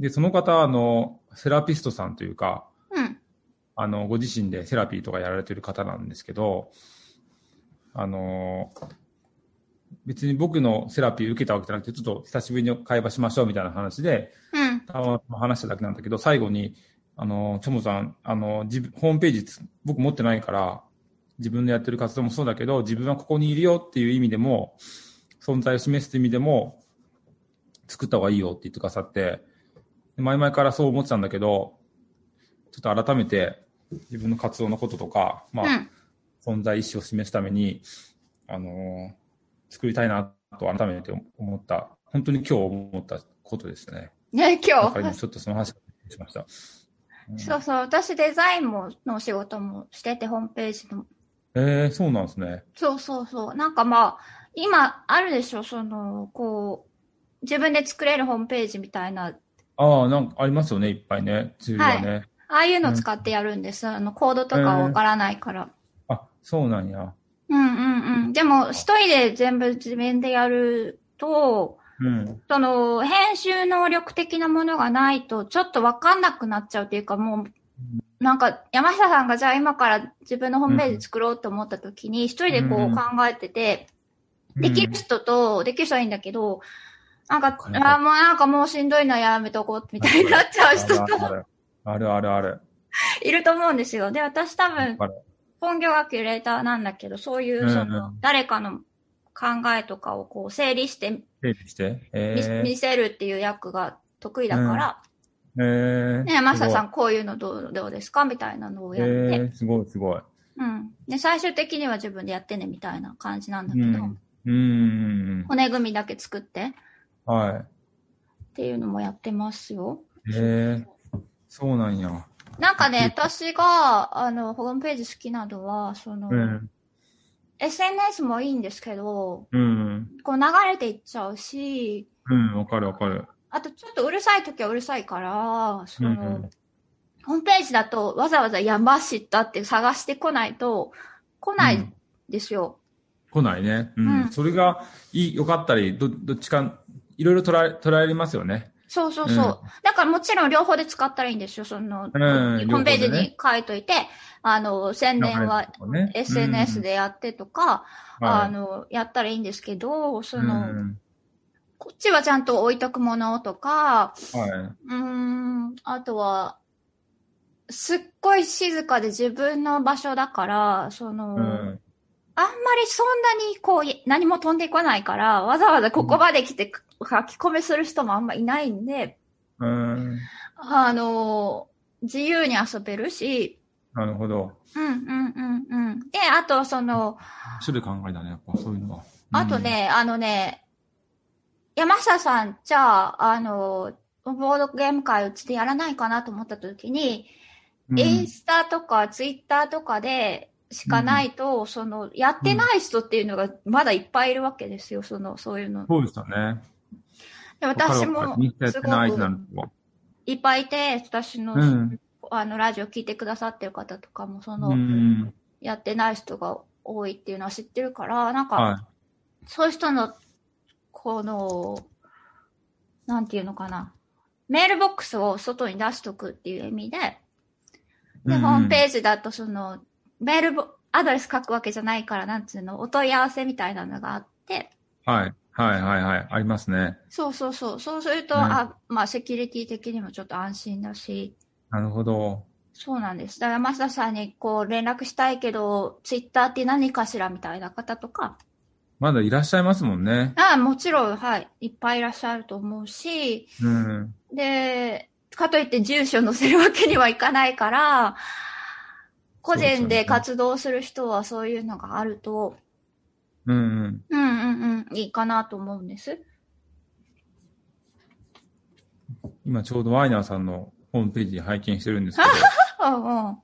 で、その方はあの、セラピストさんというか、
うん。
あの、ご自身でセラピーとかやられてる方なんですけど、あの、別に僕のセラピー受けたわけじゃなくて、ちょっと久しぶりに会話しましょうみたいな話で、
うん。
たまたま話しただけなんだけど、最後に、あの、チョモさん、あの、自分、ホームページつ僕持ってないから、自分のやってる活動もそうだけど、自分はここにいるよっていう意味でも、存在を示す意味でも、作った方がいいよって言ってくださって、で前々からそう思ってたんだけど、ちょっと改めて自分の活動のこととか、まあ、
うん
存在意思を示すために、あのー作りたいなと改めて思った、本当に今日思ったことですね。
ね、
なん
今
か今
日。
ちょっとその話をしました。
そうそう、私デザインも、のお仕事もしてて、ホームページの。
えー、そうなんですね。
そうそうそう。なんかまあ、今あるでしょ、その、こう、自分で作れるホームページみたいな、
ああ、なんかありますよね、いっぱいね、ツールはね。
ああいうの使ってやるんです。あの、コードとかわからないから。
あ、そうなんや。
うんうんうん。でも、一人で全部自分でやると、
うん。
その、編集能力的なものがないと、ちょっとわかんなくなっちゃうというか、もう、なんか、山下さんがじゃあ今から自分のホームページ作ろうと思った時に、一人でこ
うん
う考えてて、できる人と、できる人はいいんだけど、なんか、
はい
あーもうなんかもうしんどいな、やめとこう、みたいになっちゃう人
あるあ
と
るあるあるある。
いると思うんですよ。で、私多
ある
分、本業がキュレーターなんだけど、そういうう、
ん
その、誰かの考えとかをこう整理してみ
整理して。
見,、
え
せるっていう役が得意だから、
ー、えー。
ね、マサさ
ん。
んこういうのどうどうですかみたいなのを
え
やって、
ー、すごいすごい。
うん。で、最終的には自分でやってねみたいな感じなんだけ
う
ど、
ん。うん。
骨組みだけ作ってっ
は
ていうのもやってますよ。
い。えー、そうなんや。
なんかね、私が、あの、ホームページ好きなのは、その、
うん。
SNS もいいんですけど、
うん。
こう流れていっちゃうし、
うん。わかるわかる。
あとちょっとうるさい時はうるさいから、そ
うん
の、
うん。
ホームページだとわざわざ山下って探してこないと、来な
う
い
ん
ですよ。
来ないね。う
うん
ん。それが、いい、良かったり、ど、どっちか、いろいろ捉え、捉えれますよね。
そうそうそう。
うん
だからもちろん両方で使ったらいいんですよ。その、
うん
ホームページ
両方で
に書いといて、あの、宣伝は
流れてるとこね
SNS でやってとか、
うん
あ
はい
の、やったらいいんですけど、そうの、
ん。
こっちはちゃんと置いとくものとか、
は
うーん、あとは、すっごい静かで自分の場所だから、その、
い。うん。
あんまりそんなにこうい、何も飛んでこないから、わざわざここまで来て書き込みする人もあんまいないんで、
うん。
あの、自由に遊べるし、
なるほど。
うんうんうんうん。で、あとその、
種類考えだね、やっぱそういうのは。うん
あと。ね、あのね、山下さん、じゃあ、あの、ボードゲーム会うちでやらないかなと思った時に、
うん
インスタとかツイッターとかでしかないと、その、やってない人っていうのがまだいっぱいいるわけですよ、その、そういうの。
そうでしたね。
で私
わかるわ
も
かるインスタやっ
す
て
ご
ないな
く
んてはい
っぱいいて、私の、
うん
あの、ラジオ聞いてくださってる方とかも、その、
うん。
やってない人が多いっていうのは知ってるから、なんか、
は
そういう人の、この、なんていうのかな。メールボックスを外に出しとくっていう意味で、
い。
で、ホーム
ジ。
ページだとその、メールボ、アドレス書くわけじゃないから、なんつうの、お問い合わせみたいなのがあって、
はい。はいはいはい。ありますね。
そうそうそう、そうすると、
ね
あ、まあ、セキュリティ的にもちょっと安心だし、
なるほど。
そうなんです。だから、マ田さんにこう、連絡したいけど、ツイッターって何かしらみたいな方とか、
まだいらっしゃいますもんね。
あもちろん、はい、いっぱいいらっしゃると思うし、
うん。
で、かといって住所載せるわけにはいかないから、個人で活動する人はそういうのがあると、
うんうん。
うんうんうん、いいかなと思うんです。
今ちょうどワイナーさんのホームページ拝見してるんですけど、
うんうん。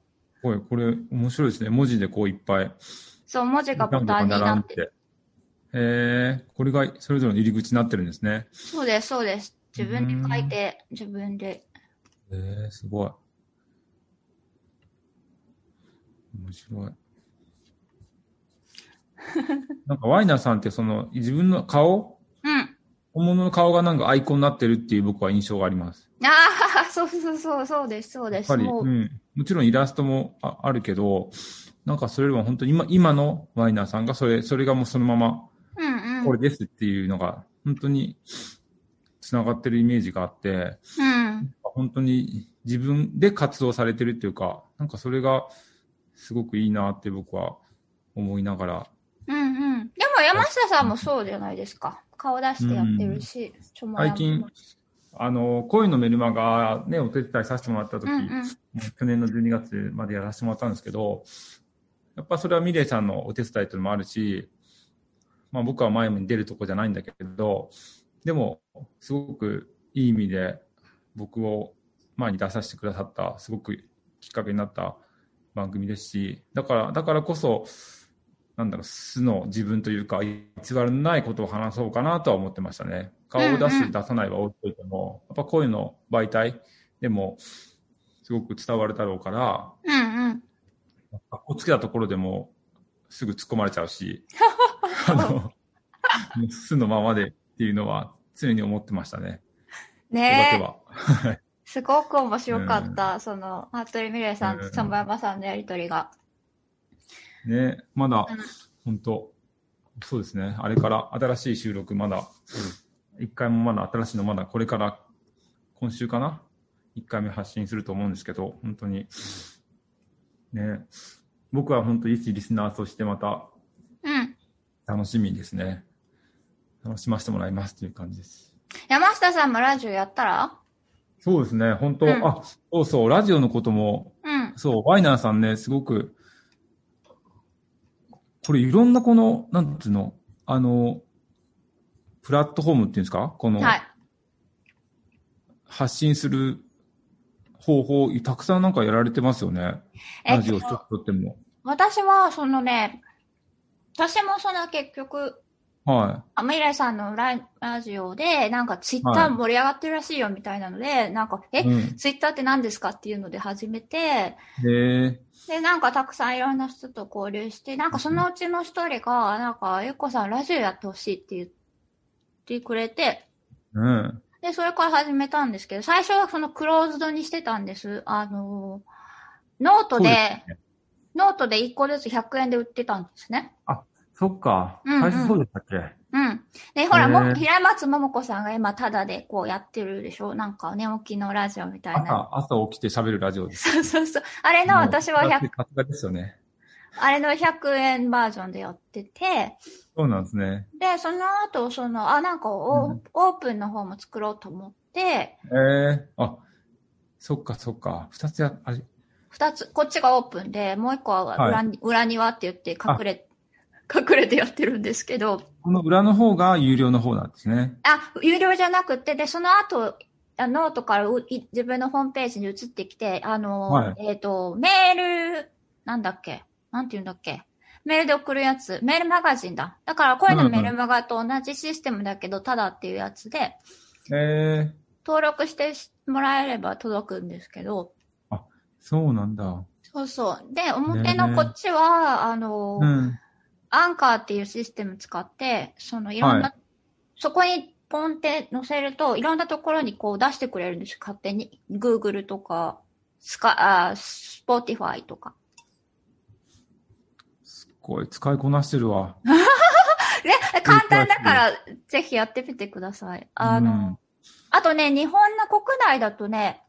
これ、これ面白いですね。文字でこういっぱい。
そう、文字がボタンになってる。
て。へえ、これがそれぞれの入り口になってるんですね。
そうです、そうです。自分で書いて、自分で。
へえ、すごい。面白い。 なんかワイナーさんってその自分の顔、
うん。
本物の顔がなんかアイコンになってるっていう僕は印象があります。
ああ、そうそうそう、そうです、そう
や
で
っ
す。
ぱり、
も
う
う、
ん。もちろんイラストもああるけど、なんかそれよりも本当に今、今のワイナーさんがそれ、それがもうそのまま
うんうん。
これですっていうのが、本当に繋がってるイメージがあって、
うん。
本当に自分で活動されてるっていうか、なんかそれがすごくいいなって僕は思いながら、
うんうん。でも山下さんもそうじゃないですか。顔出してやってるし、ちょもや
最
も
近、あの、恋のメルマガね、お手伝いさせてもらった時、
うんうん。
去年の12月までやらせてもらったんですけど、やっぱそれはミレイさんのお手伝いというのもあるし、まあ僕は前に出るとこじゃないんだけど、でも、すごくいい意味で僕を前に出させてくださった、すごくきっかけになった番組ですし、だから、だからこそ、なんだろう、素の自分というか、偽りのないことを話そうかなとは思ってましたね。顔を出
うんうん
す、出さないは置いといても、やっぱこういうの媒体でも、すごく伝わるだろうから、
うんうん。
かっこつけたところでも、すぐ突っ込まれちゃ うし、あの、もう素のままでっていうのは常に思ってましたね。それだけ
ねえ、
は。
すごく面白かった、その、服部美玲さん
う
と
ん
チャンバヤマさんのやりとりが。
ね、まだ
うん、
本当そうですね。あれから新しい収録、まだ、一回もまだ新しいのまだこれから、今週かな一回目発信すると思うんですけど、本当に。ね、僕は本当一リスナーとしてまた
うん。
楽しみですね。楽しませてもらいますという感じです。
山下さんもラジオやったら
そうですね、本当、
うん
あ、そうそう、ラジオのことも、
うん。
そう、ワイナーさんね、すごく、これいろんなこの、なんていうの、あの、プラットフォームっていうんですかこの、
はい。
発信する方法、たくさんなんかやられてますよね。
え
ラ
っ
ジオ一つ
と、
とっても。
私は、そのね、私もその結局、
は
あミレイさんのライラジオで、なんかツイッタ
は
ー
い
盛り上がってるらしいよみたいなので、なんか、
い。
え、
うん、
ツイッターって何ですかっていうので始めて、
へえ
で、なんかたくさんいろんな人と交流して、なんかそのうちの一人が、なんか、ゆっこさんラジオやってほしいって言ってくれて、
うん。
で、それから始めたんですけど、最初はそのクローズドにしてたんです。あのー、ノートで、
そうですね
ノートで1個ずつ100円で売ってたんですね。
そっか。
うんうん
最初そうでしたっけ
うん。で、ほら、
へ
も
ー
平松桃子さんが今タダでこうやってるでしょなんか寝起きのラジオみたいな。
朝、朝起きて喋るラジオです。
そうそうそう。あれの私は
100
100、
さすがですよね。
あれの100円バージョンでやってて、
そうなんですね。
で、その後、その、あ、なんかオー,、
うん
オープンの方も作ろうと思って、
ええあ、そっかそっか。二つや、あれ、
二つ、こっちがオープンで、もう一個は裏,、に裏庭って言って隠れ、隠れてやってるんですけど、
この裏の方が有料の方なんですね。
あ、有料じゃなくて、で、その後、あノートからうい自分のホームページに移ってきて、あの、
はい
えっ、と、メール、なんだっけなんて言うんだっけメールで送るやつ。メールマガジンだ。だから、声のメルマガと同じシステムだけど、ただっていうやつで、
ええ
登録してもらえれば届くんですけど、
そうなんだ。
そうそう。で、表のこっちは、あの、
うん。
アンカーっていうシステム使って、そのいろんな、
は
そこにポンって載せると、いろんなところにこう出してくれるんですよ、勝手に。Google とか、スカ、あ、Spotify とか。
すっごい、使いこなしてるわ。
ね、簡単だから、ぜひやってみてください。あの、
うん
あとね、日本の国内だとね、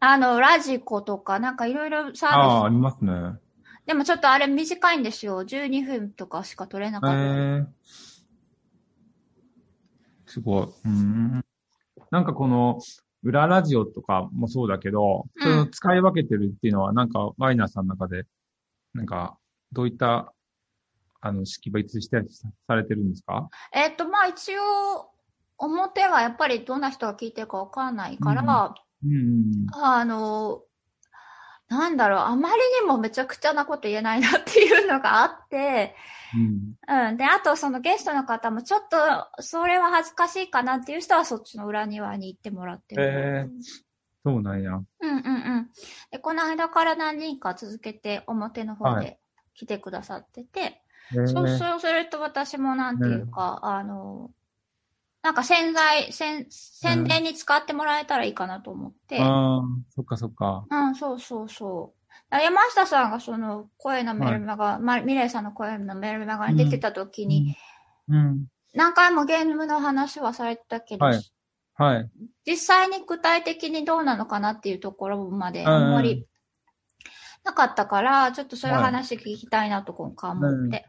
あの、ラジコとか、なんかいろいろサ
ああ、
ー
あ
ビ
りますね。
ス。でもちょっとあれ短いんですよ。12分とかしか取れな
え
か
え
った。
すごい。うん。なんかこの、裏ラジオとかもそうだけど、
うん
それを使い分けてるっていうのは、なんか、ワイナーさんの中で、なんか、どういった、あの、識別して、されてるんですか
えっと、まあ一応、表はやっぱりどんな人が聞いてるかわかんないから、
うん。
あの、なんだろう、あまりにもめちゃくちゃなこと言えないなっていうのがあって、
うん。
うん。で、あとそのゲストの方もちょっと、それは恥ずかしいかなっていう人はそっちの裏庭に行ってもらってる。
そうなんや。
うんうんうん。で、この間から何人か続けて表の方
は
で来てくださってて、
ええ
そうそうすると私もなんていうか、あの、なんか潜在、宣宣伝に使ってもらえたらいいかなと思って。
ああ、そっかそっか。
うん、そうそうそう。あ山下さんがその声のメルマガ、ま、ミレイさんの声のメルマガに出てた時に、
うん。
何回もゲームの話はされてたけど、
はいはい。
実際に具体的にどうなのかなっていうところまであんま
うん
りなかったから、ちょっとそういう話聞きたいなと今回思って。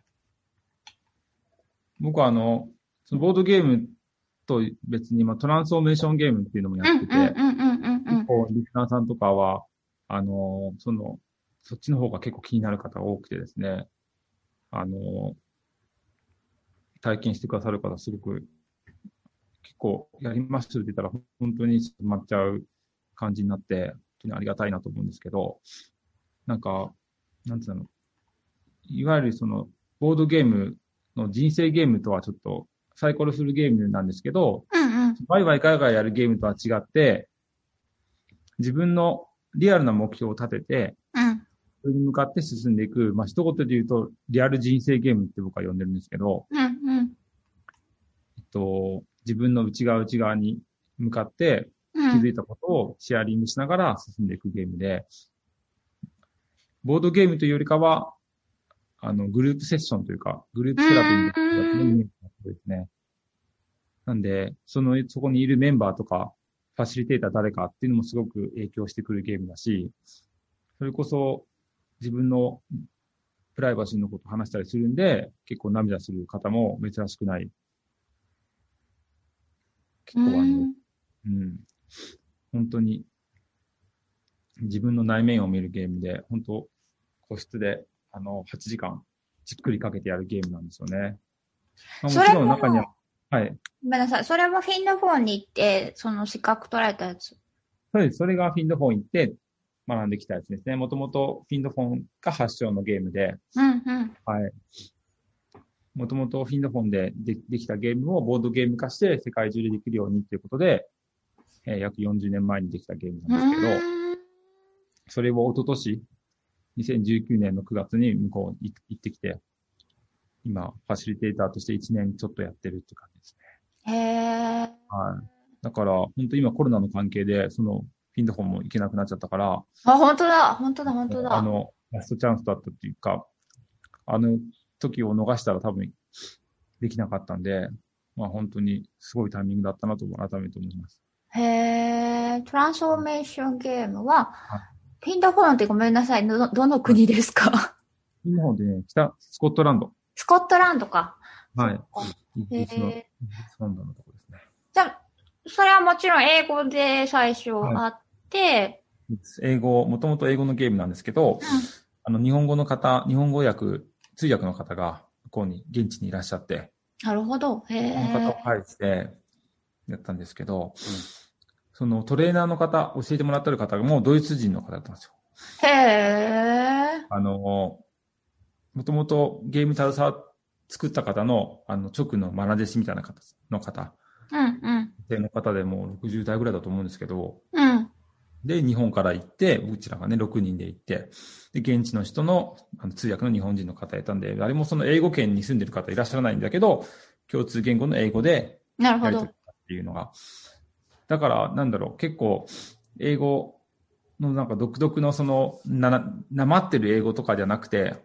僕はあの、そのボードゲームと別に、まあ、トランスフォーメーションゲームっていうのも
う
や
んう
っ
ん
てて、
うんうんうんうん
結。構リスナーさんとかは、あの、その、そっちの方が結構気になる方が多くてですね、あの、体験してくださる方すごく、結構やりますって言ったら本当に止まっちゃう感じになって、本当にありがたいなと思うんですけど、なんか、なんつうの、いわゆるその、ボードゲームの人生ゲームとはちょっと、サイコロするゲームなんですけど、
うんうん。
ワイワイガヤガヤやるゲームとは違って、自分のリアルな目標を立てて、
うん。
それに向かって進んでいく、まあ、一言で言うと、リアル人生ゲームって僕は呼んでるんですけど、
うんうん。
えっと、自分の内側内側に向かって
う
気
ん
づいたことをシェアリングしながら進んでいくゲームで、ボードゲームというよりかは、あの、グループセッションというか、グループセラピーみたいなのが多いですね。なんで、その、そこにいるメンバーとか、ファシリテーター誰かっていうのもすごく影響してくるゲームだし、それこそ自分のプライバシーのことを話したりするんで、結構涙する方も珍しくない
う
結構あの
ん、
うん。本当に、自分の内面を見るゲームで、本当、個室で、あの、8時間、じっくりかけてやるゲームなんですよね。まあ、
そ
も
れ
ち
も
ろん中には、はい。
ごめんなさい。それはフィンドフォンに行って、その資格取られたやつ。
そうです。それがフィンドフォン行って学んできたやつですね。もともとフィンドフォンが発祥のゲームで、
うんうん。
はい。もともとフィンドフォンででできたゲームをボードゲーム化して世界中でできるようにっていうことで、えー約40年前にできたゲームなんですけど、
うん
それを一昨年、2019年の9月に向こうに行ってきて、今、ファシリテーターとして1年ちょっとやってるって感じですね。
へえ。
はい。だから、本当今コロナの関係で、その、フィンドフォンも行けなくなっちゃったから、
あ、本当だ。本当だ、本当だ。
あの、ラストチャンスだったっていうか、あの時を逃したら多分できなかったんで、まあ本当にすごいタイミングだったなと改めて思います。
へえ、トランスフォーメーションゲームは、フィンドフォンってごめんなさい。どの、どの国ですか
日本でね、北、スコットランド。
スコットランドか。
はい。イ
へ
ギリスの、イギ
え。
リスロンドンのとこですね。
じゃあ、それはもちろん英語で最初
はい
あって、
英語、もともと英語のゲームなんですけど、あの、日本語の方、日本語訳、通訳の方が、向こうに、現地にいらっしゃって、
なるほど。へ
この方を
え。
介して、やったんですけど、そのトレーナーの方、教えてもらってる方が、もうドイツ人の方だったんですよ。
へえ。
あの、もともとゲーム携わっ、作った方の、あの、直のマナ弟子みたいな方の方、
うんうん。
女性の方でもう60代ぐらいだと思うんですけど、
うん。
で、日本から行って、うちらがね、6人で行って、で、現地の人のあの通訳の日本人の方いたんで、誰もその英語圏に住んでる方いらっしゃらないんだけど、共通言語の英語で
なるほ
やり取
ど、
り。したっていうのが。だから、なんだろう、結構、英語のなんか独特のその、なな、なまってる英語とかじゃなくて、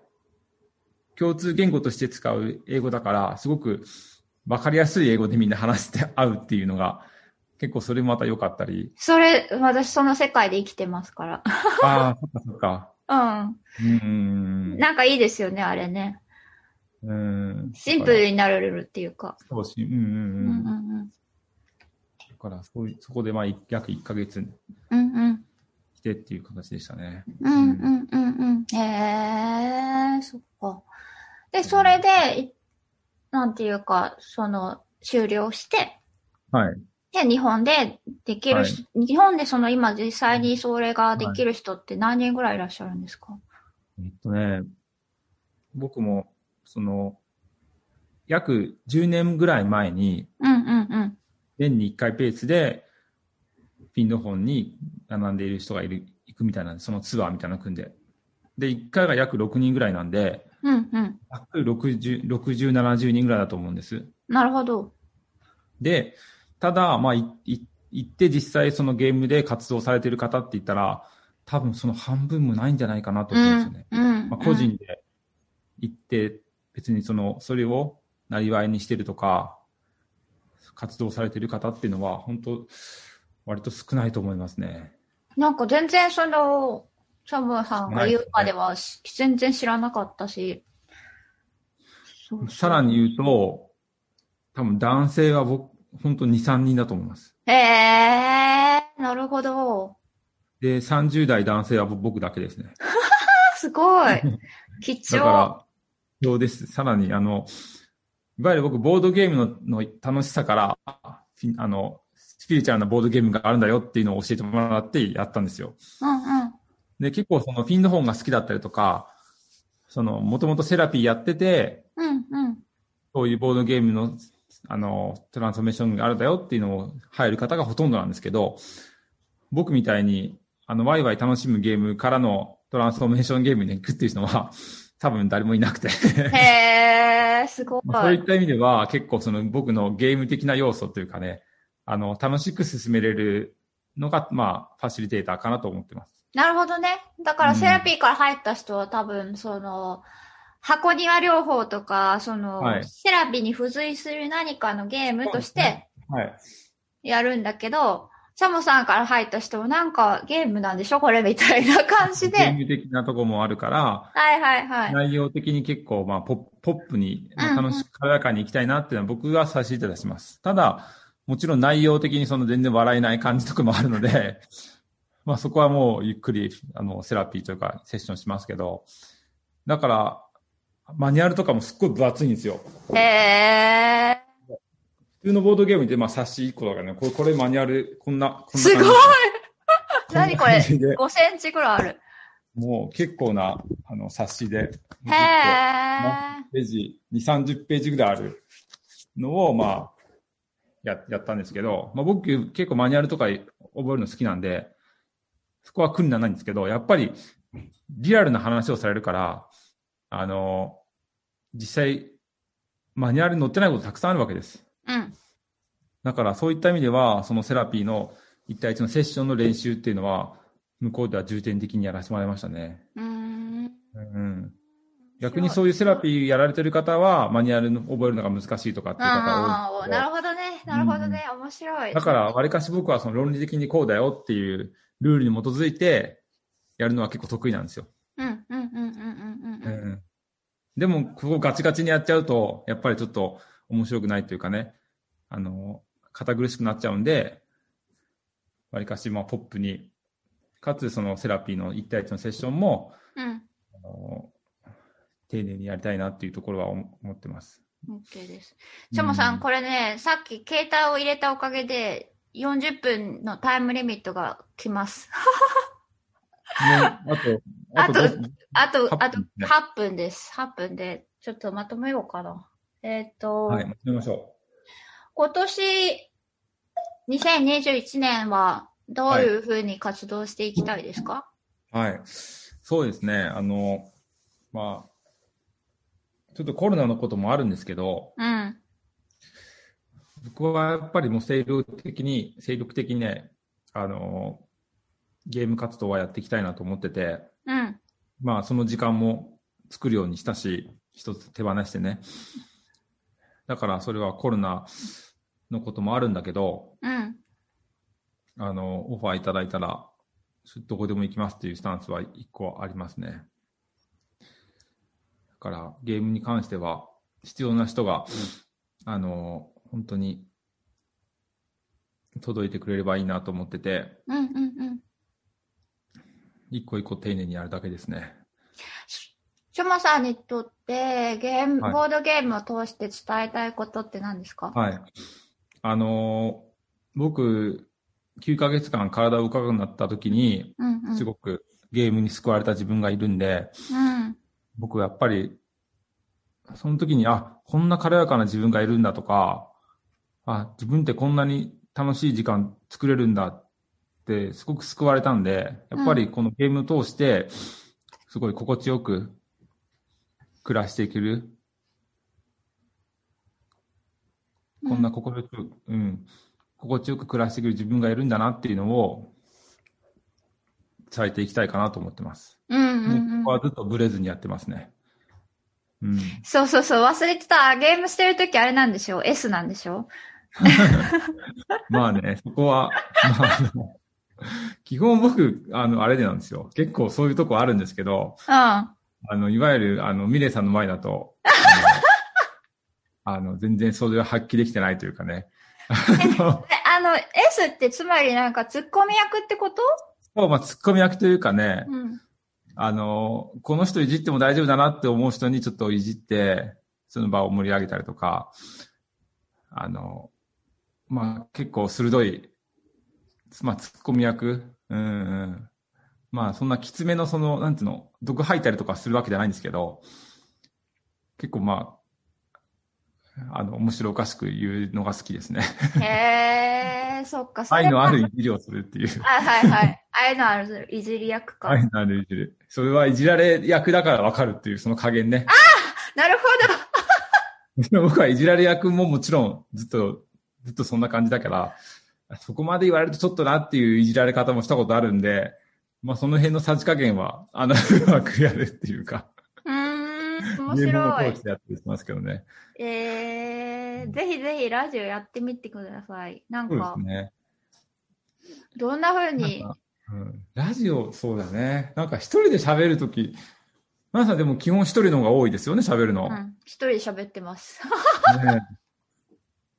共通言語として使う英語だから、すごくわかりやすい英語でみんな話して合うっていうのが、結構それもまた良かったり
それ、私その世界で生きてますか
ああ、そっかそっか。
ら。うん。
うーん。
なんかいいですよね、あれね。
うーん。
シンプルになれるっていうか。
そうし、うんう
うん
ん
う
うんん。だ
うん。
から、そういそこでまあ、い約1ヶ月
うんうん。
来てっていう形でしたね。
うんうんうんうん。へえ、そっか。で、それで、いなんていうか、その、終了して、
はい。
で、日本でできるし、日本でその今実際にそれができる人って何人ぐらいいらっしゃるんですか、
えっとね、僕も、その、約10年ぐらい前に、
うんうんうん。
年に1回ペースで、フィンドホンに学んでいる人がいる、行くみたいなんで、そのツアーみたいなの組んで。で、1回が約6人ぐらいなんで、
うんうん。
約60、60、70人ぐらいだと思うんです。
なるほど。
で、ただ、まあ、い、い行って実際そのゲームで活動されている方って言ったら、多分その半分もないんじゃないかなと
う
思うん
ん
ですよね。
うん。
まあ、個人で行って、別にその、それをなりわいにしてるとか、活動されてる方っていうのは、本当割と少ないと思いますね。
なんか全然その、サムさんが言うまではし全然知らなかったし。そうそう
さらに言うと、多分男性は僕、本当2、3人だと思います。
へえ、なるほど。
で、30代男性は僕だけですね。
すご い。貴
だ
重。
から、そうです。さらに、あの、いわゆる僕、ボードゲームのの楽しさから、フィンあの、スピリチュアルなボードゲームがあるんだよっていうのを教えてもらってやったんですよ。
うんうん。
で、結構そのフィンドホーンが好きだったりとか、その、もともとセラピーやってて、
うんうん。
そういうボードゲームの、あの、トランスフォーメーションがあるんだよっていうのを入る方がほとんどなんですけど、僕みたいに、あの、ワイワイ楽しむゲームからのトランスフォーメーションゲームに行くっていう人は、多分誰もいなくて。
へえ、すごい。
まあそういった意味では、結構その僕のゲーム的な要素というかね、あの、楽しく進めれるのが、まあ、ファシリテーターかなと思ってます。
なるほどね。だから
うん
セラピーから入った人は多分、その、箱庭療法とか、その、
はい
セラピーに付随する何かのゲームとし
そう
て
はい。
やるんだけど、サモさんから入った人もなんかゲームなんでしょこれみたいな感じ
ゲ
で。
ーム的なとこもあるから、
はいはいはい。
内容的に結構、まあ、ポップポップに、
うんうん
楽しく軽やかに行きたいなっていうのは僕がファシリテーターしてます。ただ、もちろん内容的にその全然笑えない感じとかもあるので、 まあそこはもうゆっくり、あの、セラピーというかセッションしますけど、だから、マニュアルとかもすっごい分厚いんですよ。
へえ。
普通のボードゲームで、まあ、冊子1個だからね、これ、これマニュアル、こんな、こんな
すごい何これ ?5 センチぐらいある。
もう結構な、あの、冊子で。
へえ。
ページ、2、30ページぐらいあるのを、まあ、や、やったんですけど、まあ僕結構マニュアルとか覚えるの好きなんで、そこは苦にならないんですけど、やっぱり、リアルな話をされるから、あの、実際、マニュアルに載ってないことたくさんあるわけです。
うん。
だからそういった意味では、そのセラピーの1対1のセッションの練習っていうのは、向こうでは重点的にやらせてもらいました
ね。うん。
うん。逆にそういうセラピーやられてる方は、マニュアルの覚えるのが難しいとかっていう方
多い。なるほどね。なるほどね。うん、面白い。
だから、わりかし僕はその論理的にこうだよっていうルールに基づいて、やるのは結構得意なんですよ。
うん、うん、うん、うん、うん。うん
でも、ここガチガチにやっちゃうと、やっぱりちょっと面白くないというかね、あの、堅苦しくなっちゃうんで、わりかし、まあ、ポップに、かつ、そのセラピーの1対1のセッションも、
うん、
あの丁寧にやりたいなっていうところは思ってます。
OK です。しょもさん、うん、これね、さっき携帯を入れたおかげで、40分のタイムリミットが来ます。
もうあと、
あと、あと、あと8分です。8分で、ちょっとまとめようかな。えっ、ー、と、
はい、まとめましょう。
今年、2021年は、どういうふうに活動していきたいですか、
はい、はい。そうですね。あの、まあ、ちょっとコロナのこともあるんですけど、
うん。
僕はやっぱりもう精力的に、精力的にね、あの、ゲーム活動はやっていきたいなと思ってて、
うん、
まあその時間も作るようにしたし、一つ手放してね。だからそれはコロナのこともあるんだけ
ど、うん、
あの、オファーいただいたら、どこでも行きますっていうスタンスは一個ありますね。だからゲームに関しては必要な人が、あの、本当に届いてくれればいいなと思ってて、
うんうんうん
一個一個丁寧にやるだけですね。
しょもさんにとってゲーム、はい、ボードゲームを通して伝えたいことって何ですか
はい。あのー、僕、9ヶ月間体を動かなくなった時に、
うんうん、
すごくゲームに救われた自分がいるんで、
うん、
僕やっぱり、その時に、あ、こんな軽やかな自分がいるんだとか、あ、自分ってこんなに楽しい時間作れるんだっすごく救われたんで、やっぱりこのゲームを通して、すごい心地よく暮らしていける。うん、こんな心地よく、うん、心地よく暮らしていける自分がいるんだなっていうのを、伝えていきたいかなと思ってます。
うん、うん、
ここはずっとブレずにやってますね。うん。
そうそうそう、忘れてた。ゲームしてるときあれなんでしょう ?S なんでしょう
まあね、そこは、まあ、基本僕、あの、あれでなんですよ。結構そういうとこあるんですけど、
うん、あ
の、いわゆる、あの、ミレイさんの前だと、あの、あの全然それは発揮できてないというかね。
あの、S ってつまりなんか突っ込み役ってこと
そう、まあ突っ込み役というかね、
うん、
あの、この人いじっても大丈夫だなって思う人にちょっといじって、その場を盛り上げたりとか、あの、まあ結構鋭いまあ、突っ込み役。うん、うん。まあ、そんなきつめの、その、なんていうの、毒吐いたりとかするわけじゃないんですけど、結構まあ、あの、面白おかしく言うのが好きですね。
へえ、そっか、
そ愛のあるいじりをするっていう。
はいはいはい。愛のあるいじり役か。
愛のあるいじり。それはいじられ役だからわかるっていう、その加減ね。
ああなる
ほど僕はいじられ役ももちろん、ずっと、ずっとそんな感じだから、そこまで言われるとちょっとなっていういじられ方もしたことあるんで、まあその辺のさじ加減は、あの、うまくやるっていうか。
うん、面白
い。やってますけどね。
ええー、ぜひぜひラジオやってみてください。なんか、
ね、
どんな風に
うん。ラジオ、そうだね。なんか一人で喋るとき、皆さんでも基本一人の方が多いですよね、喋るの。うん
、一人で喋ってます。
ね、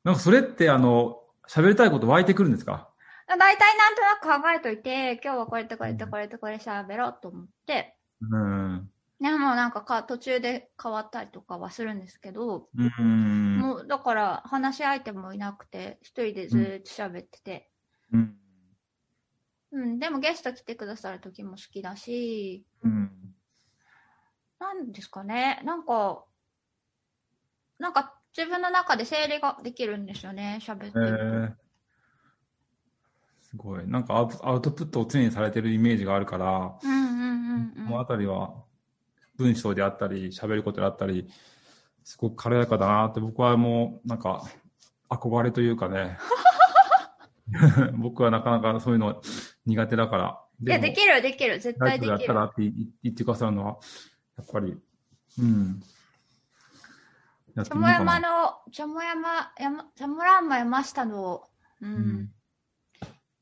なんかそれってあの、喋りたいこと湧いてくるんですか
大体なんとなく考えといて、今日はこれとこれとこれとこれ喋ろうと思って、
うん。
でもなんかか途中で変わったりとかはするんですけど、
うん。
もうだから話し相手もいなくて、一人でずーっと喋ってて、
うん。
うん、でもゲスト来てくださる時も好きだし、
うん。
なんですかね、なんか、なんか自分の中で整理ができるんですよね、喋って
え
る
ーすごい。なんかアウトアウトプットを常にされてるイメージがあるから、
と。うんうんうん
この
うん。
あたりは文章であったり、喋ることであったり、すごく軽やかだなって僕はもうなんか憧れという かね。僕はなかなかそういうの苦手だから。
いや、できるできる、絶
ラ
対
イト
で
でやっ
き
た
る。
らって言言ってくださるのは、やっぱり、うん。やっ
ち
て
ょ
みよう
も
か
や
な
まの、ちょもやま、やま、ちょもらんま山下の、う
うんん、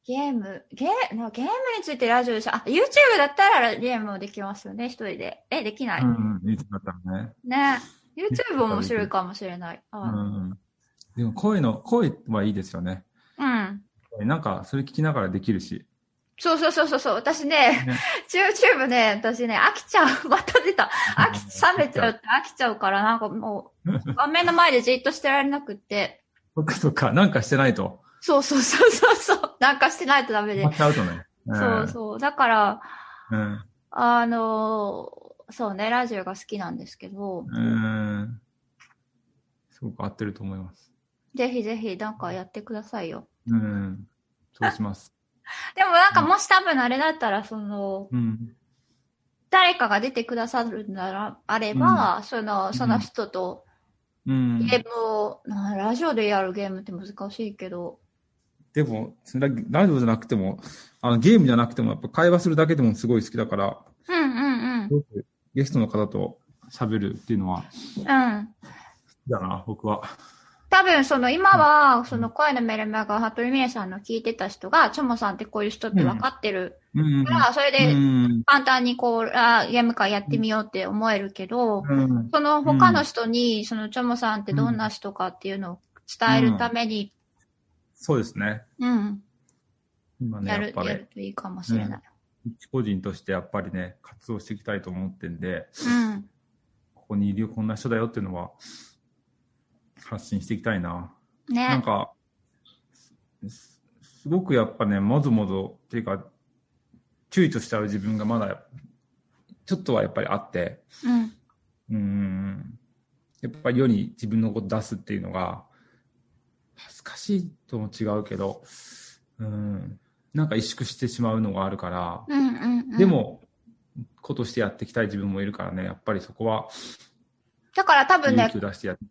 ゲーム、ゲーなゲームについてラジオでしょあ、YouTube だったらゲームもできますよね、一人で。え、できない。
うんうん、いつだったらね。
ね YouTube 面白いかもしれない。う。
うんん。でも声の、声はいいですよね。
うん。
なんか、それ聞きながらできるし。
そうそうそうそうそう。私ね、
ね
YouTube ね、私ね、飽きちゃう。 また出た。飽き、冷めちゃうって飽きちゃうから、なんかもう、画面の前でじっとしてられなくって。
そっかそっか、なんかしてないと。
そうそうそうそうそう。なんかしてないとダメで
ま。っちゃうとね。
そうそう。だから、
うん。
あのーそうね、ラジオが好きなんですけど、
うん。うん。すごく合ってると思います。
ぜひぜひなんかやってくださいよ。
うん。そうします。
でもなんかもし多分あれだったら、その、
うん。
誰かが出てくださるなら、あれば、その、その人と、
うん。
ゲームを、なラジオでやるゲームって難しいけど、
でも、ララジオじゃなくても、あの、ゲームじゃなくても、やっぱ会話するだけでもすごい好きだから、
うんうんうん
す。ごくゲストの方と喋るっていうのは、
うん。
だな、僕は。
多分その今は、その声のメルマガ、ハットリミエさんの聞いてた人が、チョモさんってこういう人って分かってる
うんうん
から、それで
うん。
簡単にこう、あーゲーム会やってみようって思えるけど、
うん。
その他の人に、そのチョモさんってどんな人かっていうのを伝えるために、
そうですね。
うん、
今ね、
や
やっ
る、
ぱ
や
り、
るといいかもしれない。
一個人としてやっぱりね、活動していきたいと思ってんで、
うん。
ここにいるよ、こんな人だよっていうのは、発信していきたいな。なん
ね。
か、すすごくやっぱね、もぞもぞっていうか、躊躇しちゃう自分がまだ、ちょっとはやっぱりあって、
うん。
うん。やっぱり世に自分のこと出すっていうのが、恥ずかしいとも違うけど、うん。なんか萎縮してしまうのがあるから、
うんうんうん。
で、も、子としてやっていきたい自分もいるからね、やっぱりそこは
だから多分
勇
ね
気、を出してやって、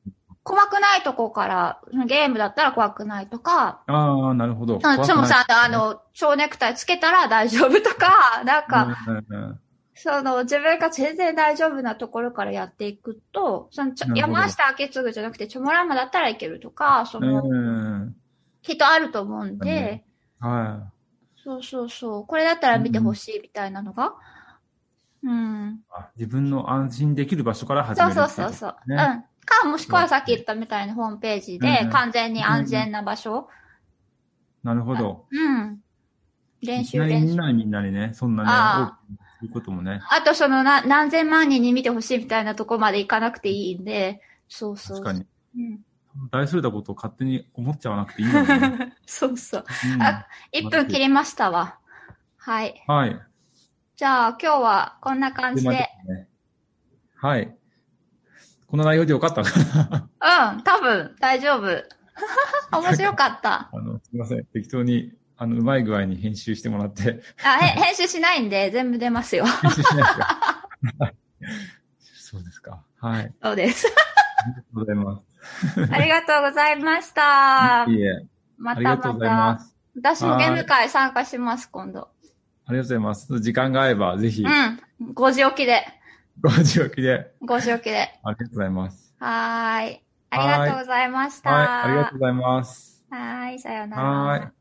怖くないとこから、ゲームだったら怖くないとか、
ああ、なるほど。
そのチョモさんのあ
怖
の、蝶ネクタイつけたら大丈夫とか、なん
くな
か、
い、うんうんうん
その自分が全然大丈夫なところからやっていくと、そのちょ
なるほど
山下明継じゃなくてチョモランマだったらいけるとか、その、
うん。
きっとあると思うんで、
は
そうそうそう、これだったら見てほしいみたいなのが、うん
い。。あ自分の安心できる場所から始
そ
め
う
る
そうそうそう。う
ね
ん。か、もしくはさっき言ったみたいなホームページで
うん
完全に安全な場所、
なるほど。
うん。練習
いきなり
練
みん
習。
なにみんなにね、そんなね、
あ
大きくすることもね。
あとそのな何千万人に見てほしいみたいなとこまで行かなくていいんで、そうそうそ
確
う。
かに。
うん。
大それたことを勝手に思っちゃわなくていいのにね。
そうそう。
うん
あ1分切りましたわ。はい。
はい。
じゃあ今日はこんな感じ
でま
で。
たねはい。この内容でよかったかな
うん、多分大丈夫。 面白かった。
あの、すみません。適当に、あの、うまい具合に編集してもらって、
あへ編集しないんで全部出ますよ。
編集しないですよそうですか。はい。あり
そう です。
がとうございま
ありがとうございました
す。。いえ、
ま
あ
た
り
ま
がとうございま
た。
す。
私もゲーム会参加します、今度。
ありがとうございます。時間が合えば、ぜひ、
うん。5時起きで。
ご自置で。
5時起きで。
ありがとうございます。
はーい。ありがとうございました。
はい、ありがとうございます。
はーい、さようなら。
はーい。